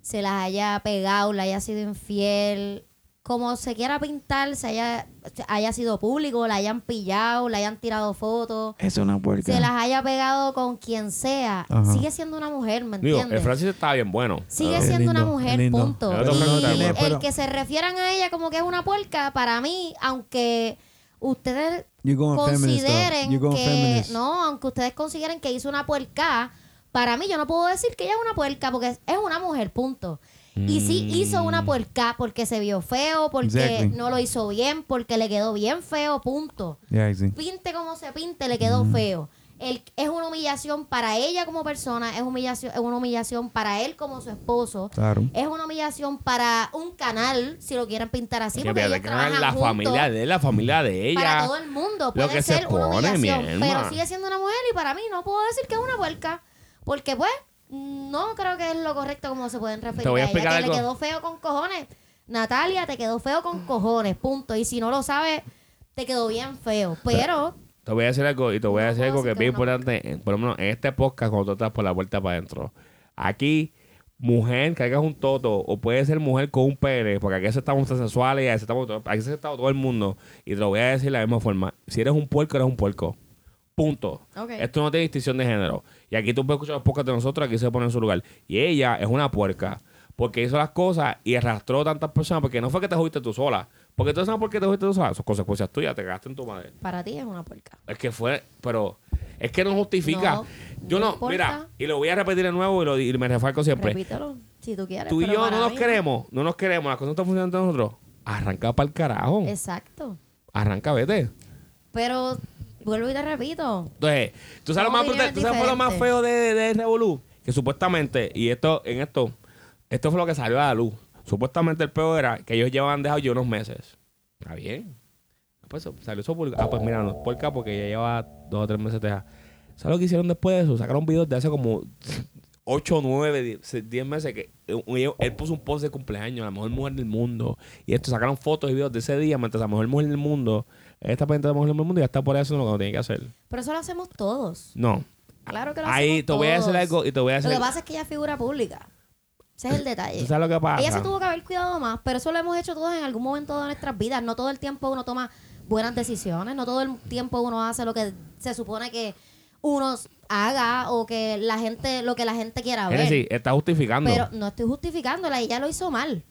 se las haya pegado, le haya sido infiel, como se quiera pintar, se haya, haya sido público, la hayan pillado, le hayan tirado fotos, Es una puerca. se las haya pegado con quien sea, Ajá. sigue siendo una mujer, ¿me Digo, entiendes? el Francis estaba bien bueno. Sigue Pero- Es siendo una Ah, lindo, es mujer, lindo. punto. Pero Y no tiene- pero- el que se refieran a ella como que es una puerca, para mí, aunque ustedes You going feminist, though. You consideren going que... feminist. No, aunque ustedes consideren que hizo una puerca, para mí yo no puedo decir que ella es una puerca porque es es una mujer, punto. Y sí hizo una puerca porque se vio feo, porque Exactly. no lo hizo bien, porque le quedó bien feo, punto Yeah, I see. pinte como se pinte, le quedó feo. El- es una humillación para ella como persona, es, humillación, es una humillación para él como su esposo, Claro. es una humillación para un canal, si lo quieren pintar así, que porque fíjate ellos que era trabajan la juntos familia de él, la familia de ella. para todo el mundo. Puede que se ser una pone, mi humillación, alma. pero sigue siendo una mujer y para mí no puedo decir que es una puerca, porque pues no creo que es lo correcto como se pueden referir Te voy a a, ella, que explicar le algo. quedó feo con cojones. Natalia, te quedó feo con cojones, punto. Y si no lo sabes, Te quedó bien feo, pero Te voy a decir algo y te voy a No decir puedo algo que es decir que bien no. importante, en- por lo menos en este podcast, cuando tú estás por la puerta para adentro. Aquí, mujer, que hagas un toto, o puede ser mujer con un pene, porque aquí aceptamos transexuales y aceptamos todo, aquí aceptamos todo el mundo. Y te lo voy a decir de la misma forma. Si eres un puerco, eres un puerco. Punto. Ok. Esto no tiene distinción de género. Y aquí tú puedes escuchar los podcasts de nosotros, aquí se pone en su lugar. Y ella es una puerca. Porque hizo las cosas y arrastró tantas personas. Porque no fue que te jodiste tú sola. Porque tú sabes por qué te jodiste tú sola. Son consecuencias tuyas. Te cagaste en tu madre. para ti es una porca. Es que fue, pero es que no justifica. No, yo no no, importa. mira, y lo voy a repetir de nuevo y, lo, y me refalco siempre. Repítelo, si tú quieres. Tú y pero yo para no nos mí- queremos, no nos queremos, las cosas no están funcionando entre nosotros. Arranca para el carajo. Exacto. Arranca, vete. Pero vuelvo y te repito, Entonces, tú sabes lo más Somos brutal- tú sabes fue lo más feo diferentes. de, de, de Revolú, que supuestamente, y esto, en esto, esto fue lo que salió a la luz. Supuestamente el peor era que ellos llevaban dejado ya unos meses. Está bien. Pues eso, salió eso por, Ah, pues mira, no es porca porque ya lleva dos o tres meses deja. ¿Sabes lo que hicieron después de eso? Sacaron videos de hace como 8, 9, 10, meses que eh, ellos- él puso un post de cumpleaños, la mejor mujer del mundo. Y esto sacaron fotos y videos de ese día, mientras la mejor mujer del mundo, esta pendiente de la mejor mujer del mundo y ya está por eso lo que tiene que hacer. pero eso lo hacemos todos. No. Claro que lo Ahí hacemos te voy a decir todos. algo y te voy a decir. Lo que pasa es que ella es figura pública. Ese es el detalle. ¿Tú sabes lo que pasa? Ella se tuvo que haber cuidado más, pero eso lo hemos hecho todos en algún momento de nuestras vidas. No todo el tiempo uno toma buenas decisiones, no todo el tiempo uno hace lo que se supone que uno haga o que la gente, lo que la gente quiera es ver. decir, está justificando. Pero no estoy justificándola, ella lo hizo mal.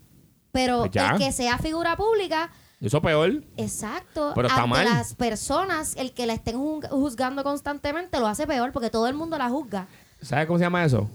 Pero Pues ya. el que sea figura pública, Eso peor. exacto, Pero está ante mal. las personas, el que la estén juzg- juzgando constantemente lo hace peor porque todo el mundo la juzga. ¿Sabes cómo se llama eso?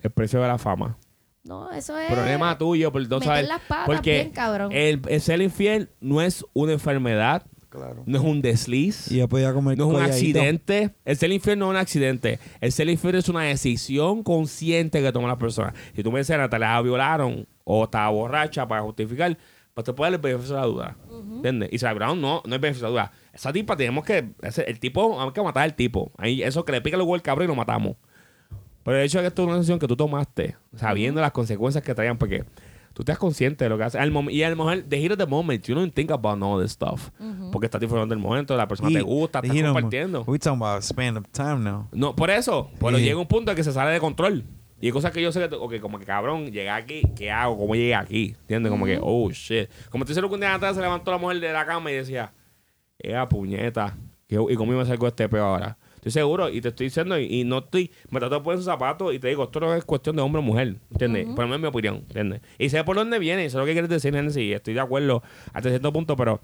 El precio de la fama. No, eso es Problema tuyo, por no Eh, meter saber. las patas porque bien cabrón. El, el ser infiel no es una enfermedad, Claro. no es un desliz, Y yo podía comer no es un colladito. accidente. El ser infiel no es un accidente. El ser infiel es una decisión consciente que toma la persona. Si tú me dices, Natalia, la violaron o estaba borracha para justificar, pues te puede dar el beneficio de la duda. ¿Entiendes? Y si la violaron, no, no es beneficio de la duda. Esa tipa tenemos que. ese- el tipo, hay que matar al tipo. Ahí, eso que le pica el huevo al cabrón y lo matamos. Pero el hecho de que esto es una decisión que tú tomaste, sabiendo las consecuencias que traían, porque tú estás consciente de lo que haces. Al mom- y a lo mejor, the heat of the moment, you don't think about all this stuff. Porque estás disfrutando del momento, la persona te gusta, estás you know, compartiendo. We talking about span of time now. No, por eso. Pero Sí. llega un punto en que se sale de control. Y hay cosas que yo sé que, ok, como que cabrón, llegué aquí, ¿qué hago? ¿Cómo llegué aquí? ¿Entiendes? Como que, oh shit. Como te hicieron que un día atrás se levantó la mujer de la cama y decía, ¡Ea puñeta! ¿qué- ¿Y cómo me salgo de este peo ahora? Estoy seguro y te estoy diciendo, y, y no estoy, me trato de poner sus zapatos y te digo, esto no es cuestión de hombre o mujer, ¿entiendes? Por lo menos es mi opinión, ¿entiendes? Y sé por dónde viene, y sé lo que quieres decir, Nancy, y estoy de acuerdo hasta cierto punto, pero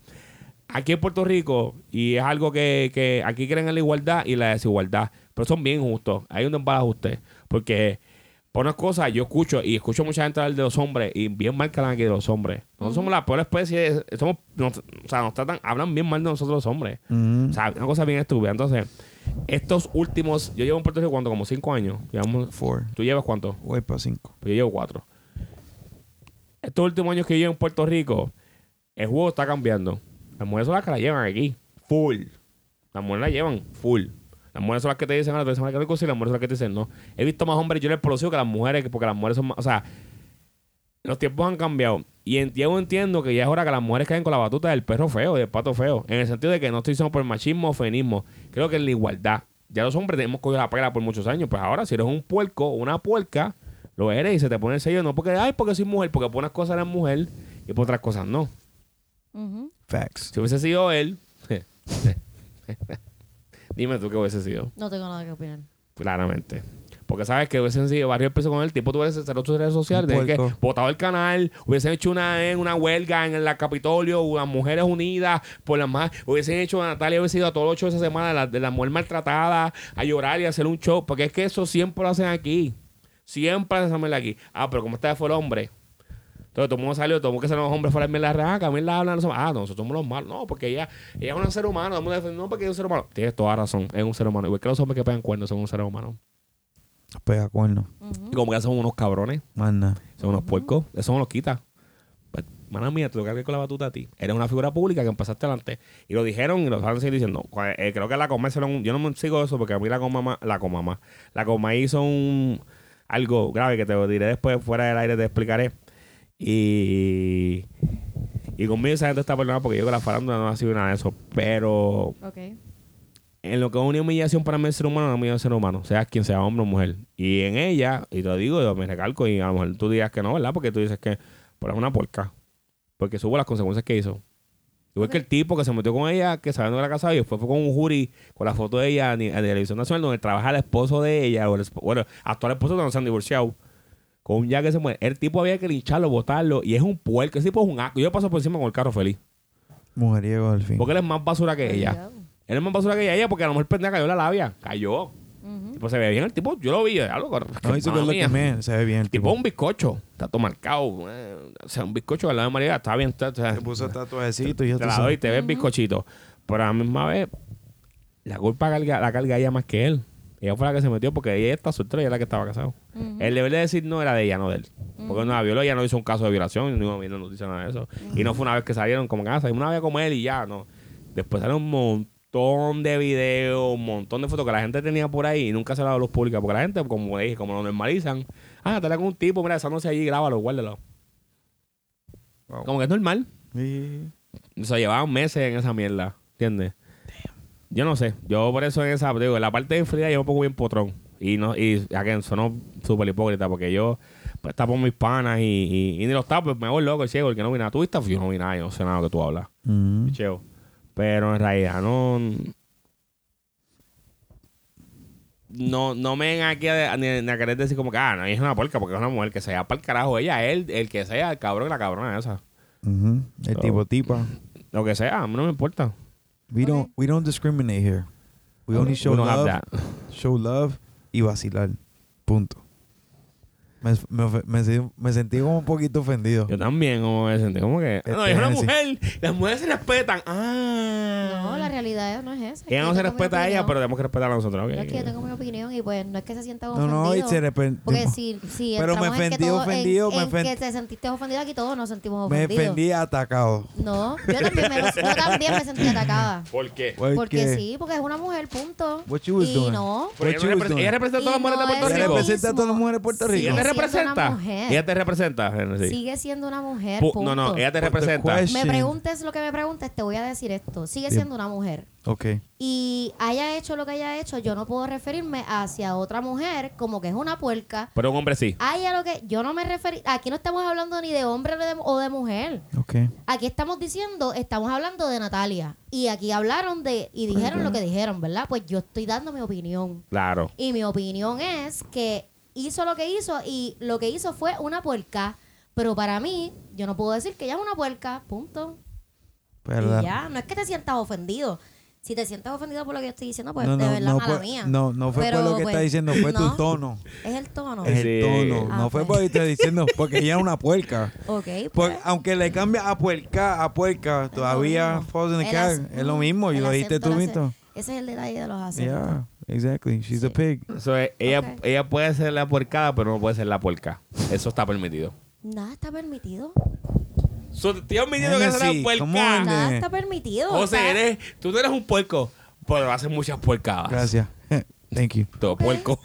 aquí en Puerto Rico, y es algo que, que aquí creen en la igualdad y la desigualdad, pero son bien justos. Hay un usted Porque, por unas cosas, yo escucho y escucho mucha gente hablar de los hombres y bien mal que hablan aquí de los hombres. Nosotros somos la peor especie, somos, nos- o sea, nos tratan, hablan bien mal de nosotros los hombres. O sea, una cosa bien estúpida. Entonces, estos últimos, yo llevo en Puerto Rico, ¿cuánto? Como cinco años. Llevamos, Four. ¿Tú llevas cuánto? Voy para cinco. Pues yo llevo cuatro. Estos últimos años que yo llevo en Puerto Rico, el juego está cambiando. Las mujeres son las que la llevan aquí. Full. Las mujeres la llevan full. Las mujeres son las que te dicen, ah, tú eres una que rico", sí, las mujeres son las que te dicen, no. He visto más hombres, yo les explosivo que las mujeres, porque las mujeres son más. O sea, los tiempos han cambiado. Y en- yo entiendo que ya es hora que las mujeres caen con la batuta del perro feo y del pato feo. En el sentido de que no estoy diciendo por machismo o feminismo. Creo que es la igualdad. Ya los hombres tenemos cogido la pela por muchos años. Pues ahora, si eres un puerco o una puerca, lo eres y se te pone el sello. No porque, ay, porque soy mujer. Porque por unas cosas eres mujer y por otras cosas no. Ujú. Facts. Si hubiese sido él... Dime tú qué hubiese sido. No tengo nada que opinar. Claramente. Porque sabes que hubiesen sido varios pesos con el tipo, tú hubiese cerrado tus redes sociales, Un tenías que puerco. votado el canal, hubiesen hecho una, en una huelga en la Capitolio, las Mujeres Unidas, por las más, hubiesen hecho a Natalia, hubiese ido a todos los shows esa semana, la- de la mujer maltratada, a llorar y a hacer un show, porque es que eso siempre lo hacen aquí. Siempre hacen esa mierda aquí. Ah, pero como está fue el hombre. Entonces, todo el mundo salió, todo el mundo que se los hombres fuera de la raja, que a mí la hablan, no somos- ah, no, nosotros somos los malos. No, porque ella, ella es un ser humano, todo el mundo defiende, no, porque ella es un ser humano. Tienes toda razón, es un ser humano. Igual que los hombres que pegan cuernos son un ser humano. Pega cuerno. Ujú. Y como que son unos cabrones, Manda. son unos puercos, eso no los quita. Pues, Mana mía, te toca que con la batuta a ti. Eres una figura pública que empezaste adelante. Y lo dijeron y lo van a seguir diciendo. Cu- eh, creo que la Coma hicieron. un- Yo no me sigo eso porque a mí la Coma. ma- La Coma. ma- La Coma hizo un. Algo grave que te lo diré después, fuera del aire, te explicaré. Y. Y conmigo esa gente está perdonada porque yo creo que la farándula no ha sido nada de eso. Pero Ok. en lo que es una humillación para mí el ser humano, no humillación ser humano, sea quien sea hombre o mujer. Y en ella, y te lo digo, yo me recalco, y a lo mejor tú digas que no, ¿verdad? Porque tú dices que, pero es una porca. Porque supo las consecuencias que hizo. Igual que el tipo que se metió con ella, que saliendo de la casa y después fue con un jury con la foto de ella en en la televisión nacional donde trabaja el esposo de ella, o el esp- bueno, actual esposo que no se han divorciado, con un ya que se muere. El tipo había que lincharlo, botarlo, y es un puerco. Ese tipo es un asco. Yo paso por encima con el carro feliz. Mujeriego al fin. Porque él es más basura que ella. Él es más basura que ella porque a lo mejor pendeja cayó la labia. Cayó. Tipo, se ve bien el tipo. Yo lo vi. yo, Algo, No, hizo mala con lo mía. que me- se ve bien el Tipo tipo. un bizcocho. Está todo marcado. eh, o sea, un bizcocho al lado de María. Está bien. Está, está- Se puso tatuajecito y ya te tú la sabes. doy, te ves bizcochito. Pero a la misma vez, la culpa carga, la carga ella más que él. Ella fue la que se metió porque ella está soltera y ella es la que estaba casada. El deber de decir no era de ella, no de él. Porque no la violó, ella no hizo un caso de violación, no, no noticia nada de eso. Y no fue una vez que salieron como casa, una vez como él y ya, no. Después salió un montón de videos, un montón de fotos que la gente tenía por ahí y nunca se las dio a los públicos. Porque la gente, como le dije, como lo normalizan, ah, está con un tipo, mira, sándose allí, grábalo, guárdalo. Wow. Como que es normal. Y- O sea, llevaban meses en esa mierda, ¿entiendes? Yo no sé. Yo por eso en esa... Digo, en la parte de Frida yo me pongo bien potrón. Y no y again, sonó súper hipócrita porque yo pues, tapo mis panas y, y, y ni los tapo. Me voy loco, el ciego, el que no vi nada. Tú viste, yo no vi nada, yo no sé nada de lo que tú hablas. Mm. Cheo. Pero en realidad no... No, no me vengan aquí a, ni, ni a querer decir como que, ah, no, ella es una porca porque es una mujer que sea para el carajo. Ella, él, el que sea, el cabrón, la cabrona esa. Ujú. Mm-hmm. El So- tipo tipa. Lo que sea, a mí no me importa. We don't, we don't discriminate here. We only show We don't have love, that. show love y vacilar. Punto. Me, me ofe- me se- me sentí como un poquito ofendido. Yo también, como me sentí como que. "Ah, no, Este, es una sí. mujer. Las mujeres se respetan. Ah. No, la realidad no es esa. Ella no se respeta a ella, pero tenemos que respetar a nosotros. ok. Es que yo tengo mi opinión y pues no es que se sienta No, ofendido. no, y se arrepent- Porque tipo, si, si Pero me entramos en que ofendí, todo- en- ofendido, me en ofend- que te sentiste ofendido aquí, todos nos sentimos Me ofendidos. ofendí atacado. No, yo también me, yo también me sentí atacada. ¿Por qué? Porque, Porque sí, porque es una mujer, punto. What you was y doing? no. Porque What ella, you no was repre- doing? ella representa a todas las Y mujeres de este no Puerto es Ella Rico. representa- a todas las mismo. mujeres de Puerto Sí, Rico. ella te siendo una representa. mujer. Ella te representa, Genesis. Sigue siendo una mujer. Pu- punto. no, no, ella te What the representa. question? Me preguntes lo que me preguntes, te voy a decir esto. Sigue Bien. siendo una mujer. Ok. Y haya hecho lo que haya hecho, yo no puedo referirme hacia otra mujer como que es una puerca. Pero un hombre sí. Haya lo que. Yo no me referí. Aquí no estamos hablando ni de hombre o de- o de mujer. Ok. Aquí estamos diciendo, estamos hablando de Natalia. Y aquí hablaron de. Y dijeron lo que dijeron, ¿verdad? Pues yo estoy dando mi opinión. Claro. Y mi opinión es que hizo lo que hizo y lo que hizo fue una puerca. Pero para mí, yo no puedo decir que ella es una puerca, punto. ¿Verdad? Y ya, no es que te sientas ofendido. Si te sientes ofendido por lo que yo estoy diciendo, pues no, de no, verdad, no, mala fue, mía. no, no fue Pero, por lo que pues, está diciendo, fue tu no, tono. Es el tono. Es Sí. el tono. Ah, no fue pues. por lo que está diciendo, porque ella es una puerca. Ok, Por- pues. aunque le cambia a puerca, a puerca, todavía es lo mismo. falls in the El car. ac- Es lo mismo, y el lo dijiste acento, tú el acento. mismo. Ese es el detalle de los acentos. Yeah, exactly. She's a pig. Eso es, ella, Ok. ella puede ser la puercada, pero no puede ser la puerca. Eso está permitido. Nada está permitido. So, te estoy admitiendo que eres Genesis, una come puerca. on. Nada Eh. está permitido. o Ah, José, sea, eres, tú no eres un puerco, pero haces muchas puercadas. Gracias. Thank you. Todo puerco.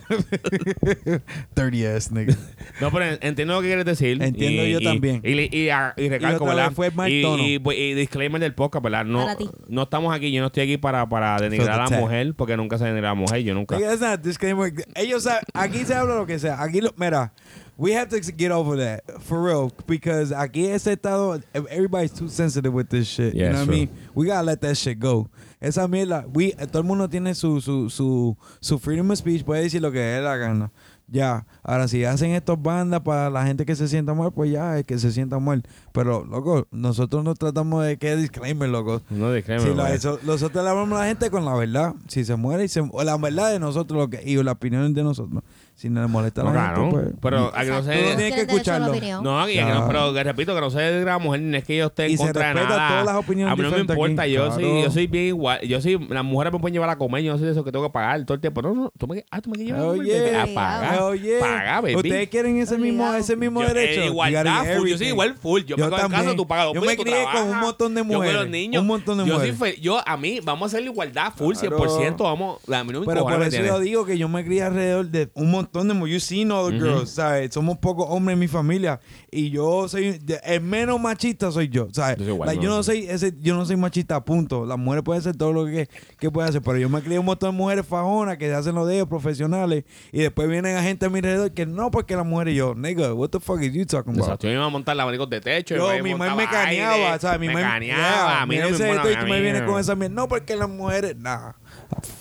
Dirty ass nigga. No, pero entiendo lo que quieres decir. Entiendo Y- yo y- también. Y, y, y- ah, y recalco, Y otra ¿verdad? vez fue mal y, tono. y- pues, y disclaimer del podcast, ¿verdad? No, Para ti. no estamos aquí, yo no estoy aquí para, para denigrar a la tag. mujer, porque nunca se denigra a la mujer, yo nunca. Nigga, that's not a disclaimer. Ellos sab- aquí se habla lo que sea. Aquí lo, mira, we have to get over that for real because aquí ese estado everybody's too sensitive with this shit. Yeah, you know what true. I mean? We gotta let that shit go. Esa mierda, we todo el mundo tiene su su su su freedom of speech, puede decir lo que dé la gana. Ya, ahora si hacen estas bandas para la gente que se sienta mal, pues ya, es que se sienta mal. Pero, loco, nosotros no tratamos de que disclaimer, loco. No disclaimer. Sí, lo- ¿verdad? eso- nosotros le hablamos a la gente con la verdad. Si se muere, y se, o la verdad de nosotros lo que, y las opiniones de nosotros. Si no le molesta a la No, claro. gente, pues... Pero a que no exacto, se. Tú tienes que derecho a la escucharlo. opinión. No, y a que no, pero que repito que no se denigra a la mujer, ni es que yo esté en Y se contra de respeta nada. todas las opiniones a mí no me diferentes importa, aquí, yo, soy, claro. yo soy bien igual. Yo soy, las mujeres me pueden llevar a comer, yo no soy de eso que tengo que pagar todo el tiempo. No, no, tú me, ah, tú me quieres llevar a comer. Oye. baby. Ah, paga. Oye, paga, baby. ustedes quieren ese mismo, Obligado. ese mismo Yo- derecho. eh, You gotta igualdad full. get Yo soy everything. igual full. Yo, me en también. casa, tú pagas dos Yo pesos, me tú crié trabajas. con un montón de Yo con mujeres. los niños. Un montón de yo mujeres. Soy fe- yo, a mí, vamos a hacer la igualdad full, Claro. 100%. Vamos, a mí no me Pero encojona, por ¿me eso entiendes? yo digo que yo me crié alrededor de un montón de mujeres. You've seen all the girls, ¿sabes? Somos pocos hombres en mi familia. Y yo soy... de- El menos machista soy yo, ¿sabes? Yo soy igual, Like, yo, bro. no soy ese, yo no soy machista, punto. Las mujeres pueden hacer todo lo que, que pueden hacer. Pero yo me crié un montón de mujeres fajonas que hacen lo de ellos, profesionales. Y después vienen a gente a mi alrededor que no, porque las mujeres... y Yo, nigga, what the fuck is you talking about? Exacto. Yo me iba a montar los abanicos de techo. Yo, iba a mi mamá montar me aire, caneaba, ¿sabes? Mi me mamá caneaba. A mí no me ese mola- esto y a tú mí me vienes no. con esa mierda. No, porque las mujeres. Nah.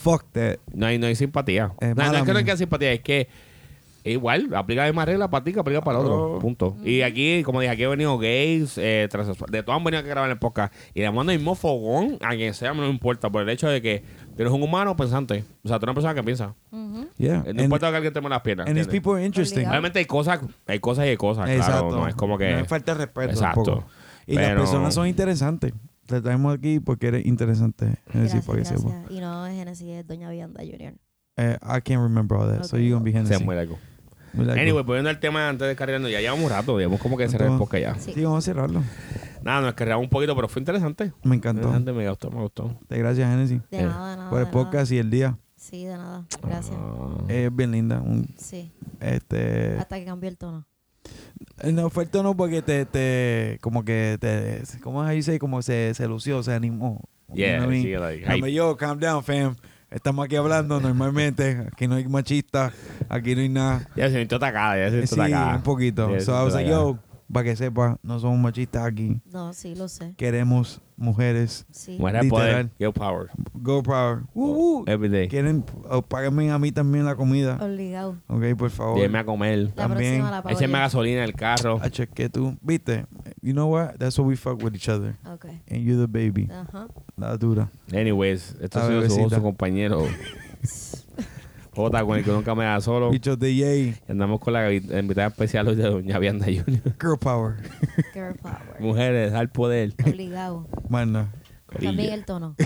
Fuck that. No hay, no hay simpatía. Es no, no Eh, mala es que no mía. hay que simpatía, es que igual, aplica la misma regla para ti que aplica para el otro. Claro. Punto. Y aquí, como dije, aquí han venido gays, eh, transexuales, de todos han venido aquí a grabar el podcast. Y le mando el mismo fogón a quien sea, no me importa, por el hecho de que tú eres un humano pensante. O sea, tú eres una persona que piensa. Ujú. Yeah. Eh, No And, importa que alguien te mueva las piernas. and these ¿entiendes? people are interesting. Obligado. Obviamente hay cosas, hay cosas y hay cosas, claro. No es como que. No es falta de respeto. Exacto. tampoco. Y las Pero- personas son interesantes. Te traemos aquí porque eres interesante. Es decir, Gracias, para que gracias. sepa. Y no es Genesis, es Doña Vianda Junior. Eh, I can't remember all that. So Ok. you're gonna be sea Hennessy. muy largo. Muy largo. Anyway, volviendo al tema antes de descargarnos, ya llevamos un rato, digamos como que cerrar el Toma. podcast ya. Sí. Sí, vamos a cerrarlo. Nada, nos descargamos un poquito, pero fue interesante. Me encantó. Interesante, me gustó, me gustó. Te gracias, Hennessy. De Eh, nada, de nada. Por el de nada. podcast y el día. Sí, de nada. Gracias. Ah. Es bien linda. Un, Sí, este. hasta que cambió el tono. Eh, No, fue el tono porque te, te como que te, ¿cómo se dice? Como se, se lució, se animó. Yeah, You know what I mean? sí, like, Como hype. yo, calm down, fam. Estamos aquí hablando normalmente. Aquí no hay machista, aquí no hay nada. Eh, Ya se sintió atacada, ya se Sí, sintió atacada. un poquito. Ya se so I sintió was like, atacada. yo, para que sepa, no somos machistas aquí. No, sí, lo sé. Queremos mujeres. Sí. Mujer al poder, Literal. yo power. Go power. Woo, woo. Every day. Quieren, o págame a mí también la comida. Obligado. Ok, por favor. Lléveme a comer. La También. próxima la pago Échenme yo. gasolina en el carro. A cheque tú. Viste, you know what? That's what we fuck with each other. Ok. And you're the baby. Ajá. La dura. Anyways, esto La ha sido su, bebecita. su compañero. Jota con el que nunca me da solo. Y Bichos de Yay. andamos con la invi- invitada especial hoy de Doña Vianda Junior. Girl power. Girl power. Mujeres al poder. Obligado. Mano. También el tono.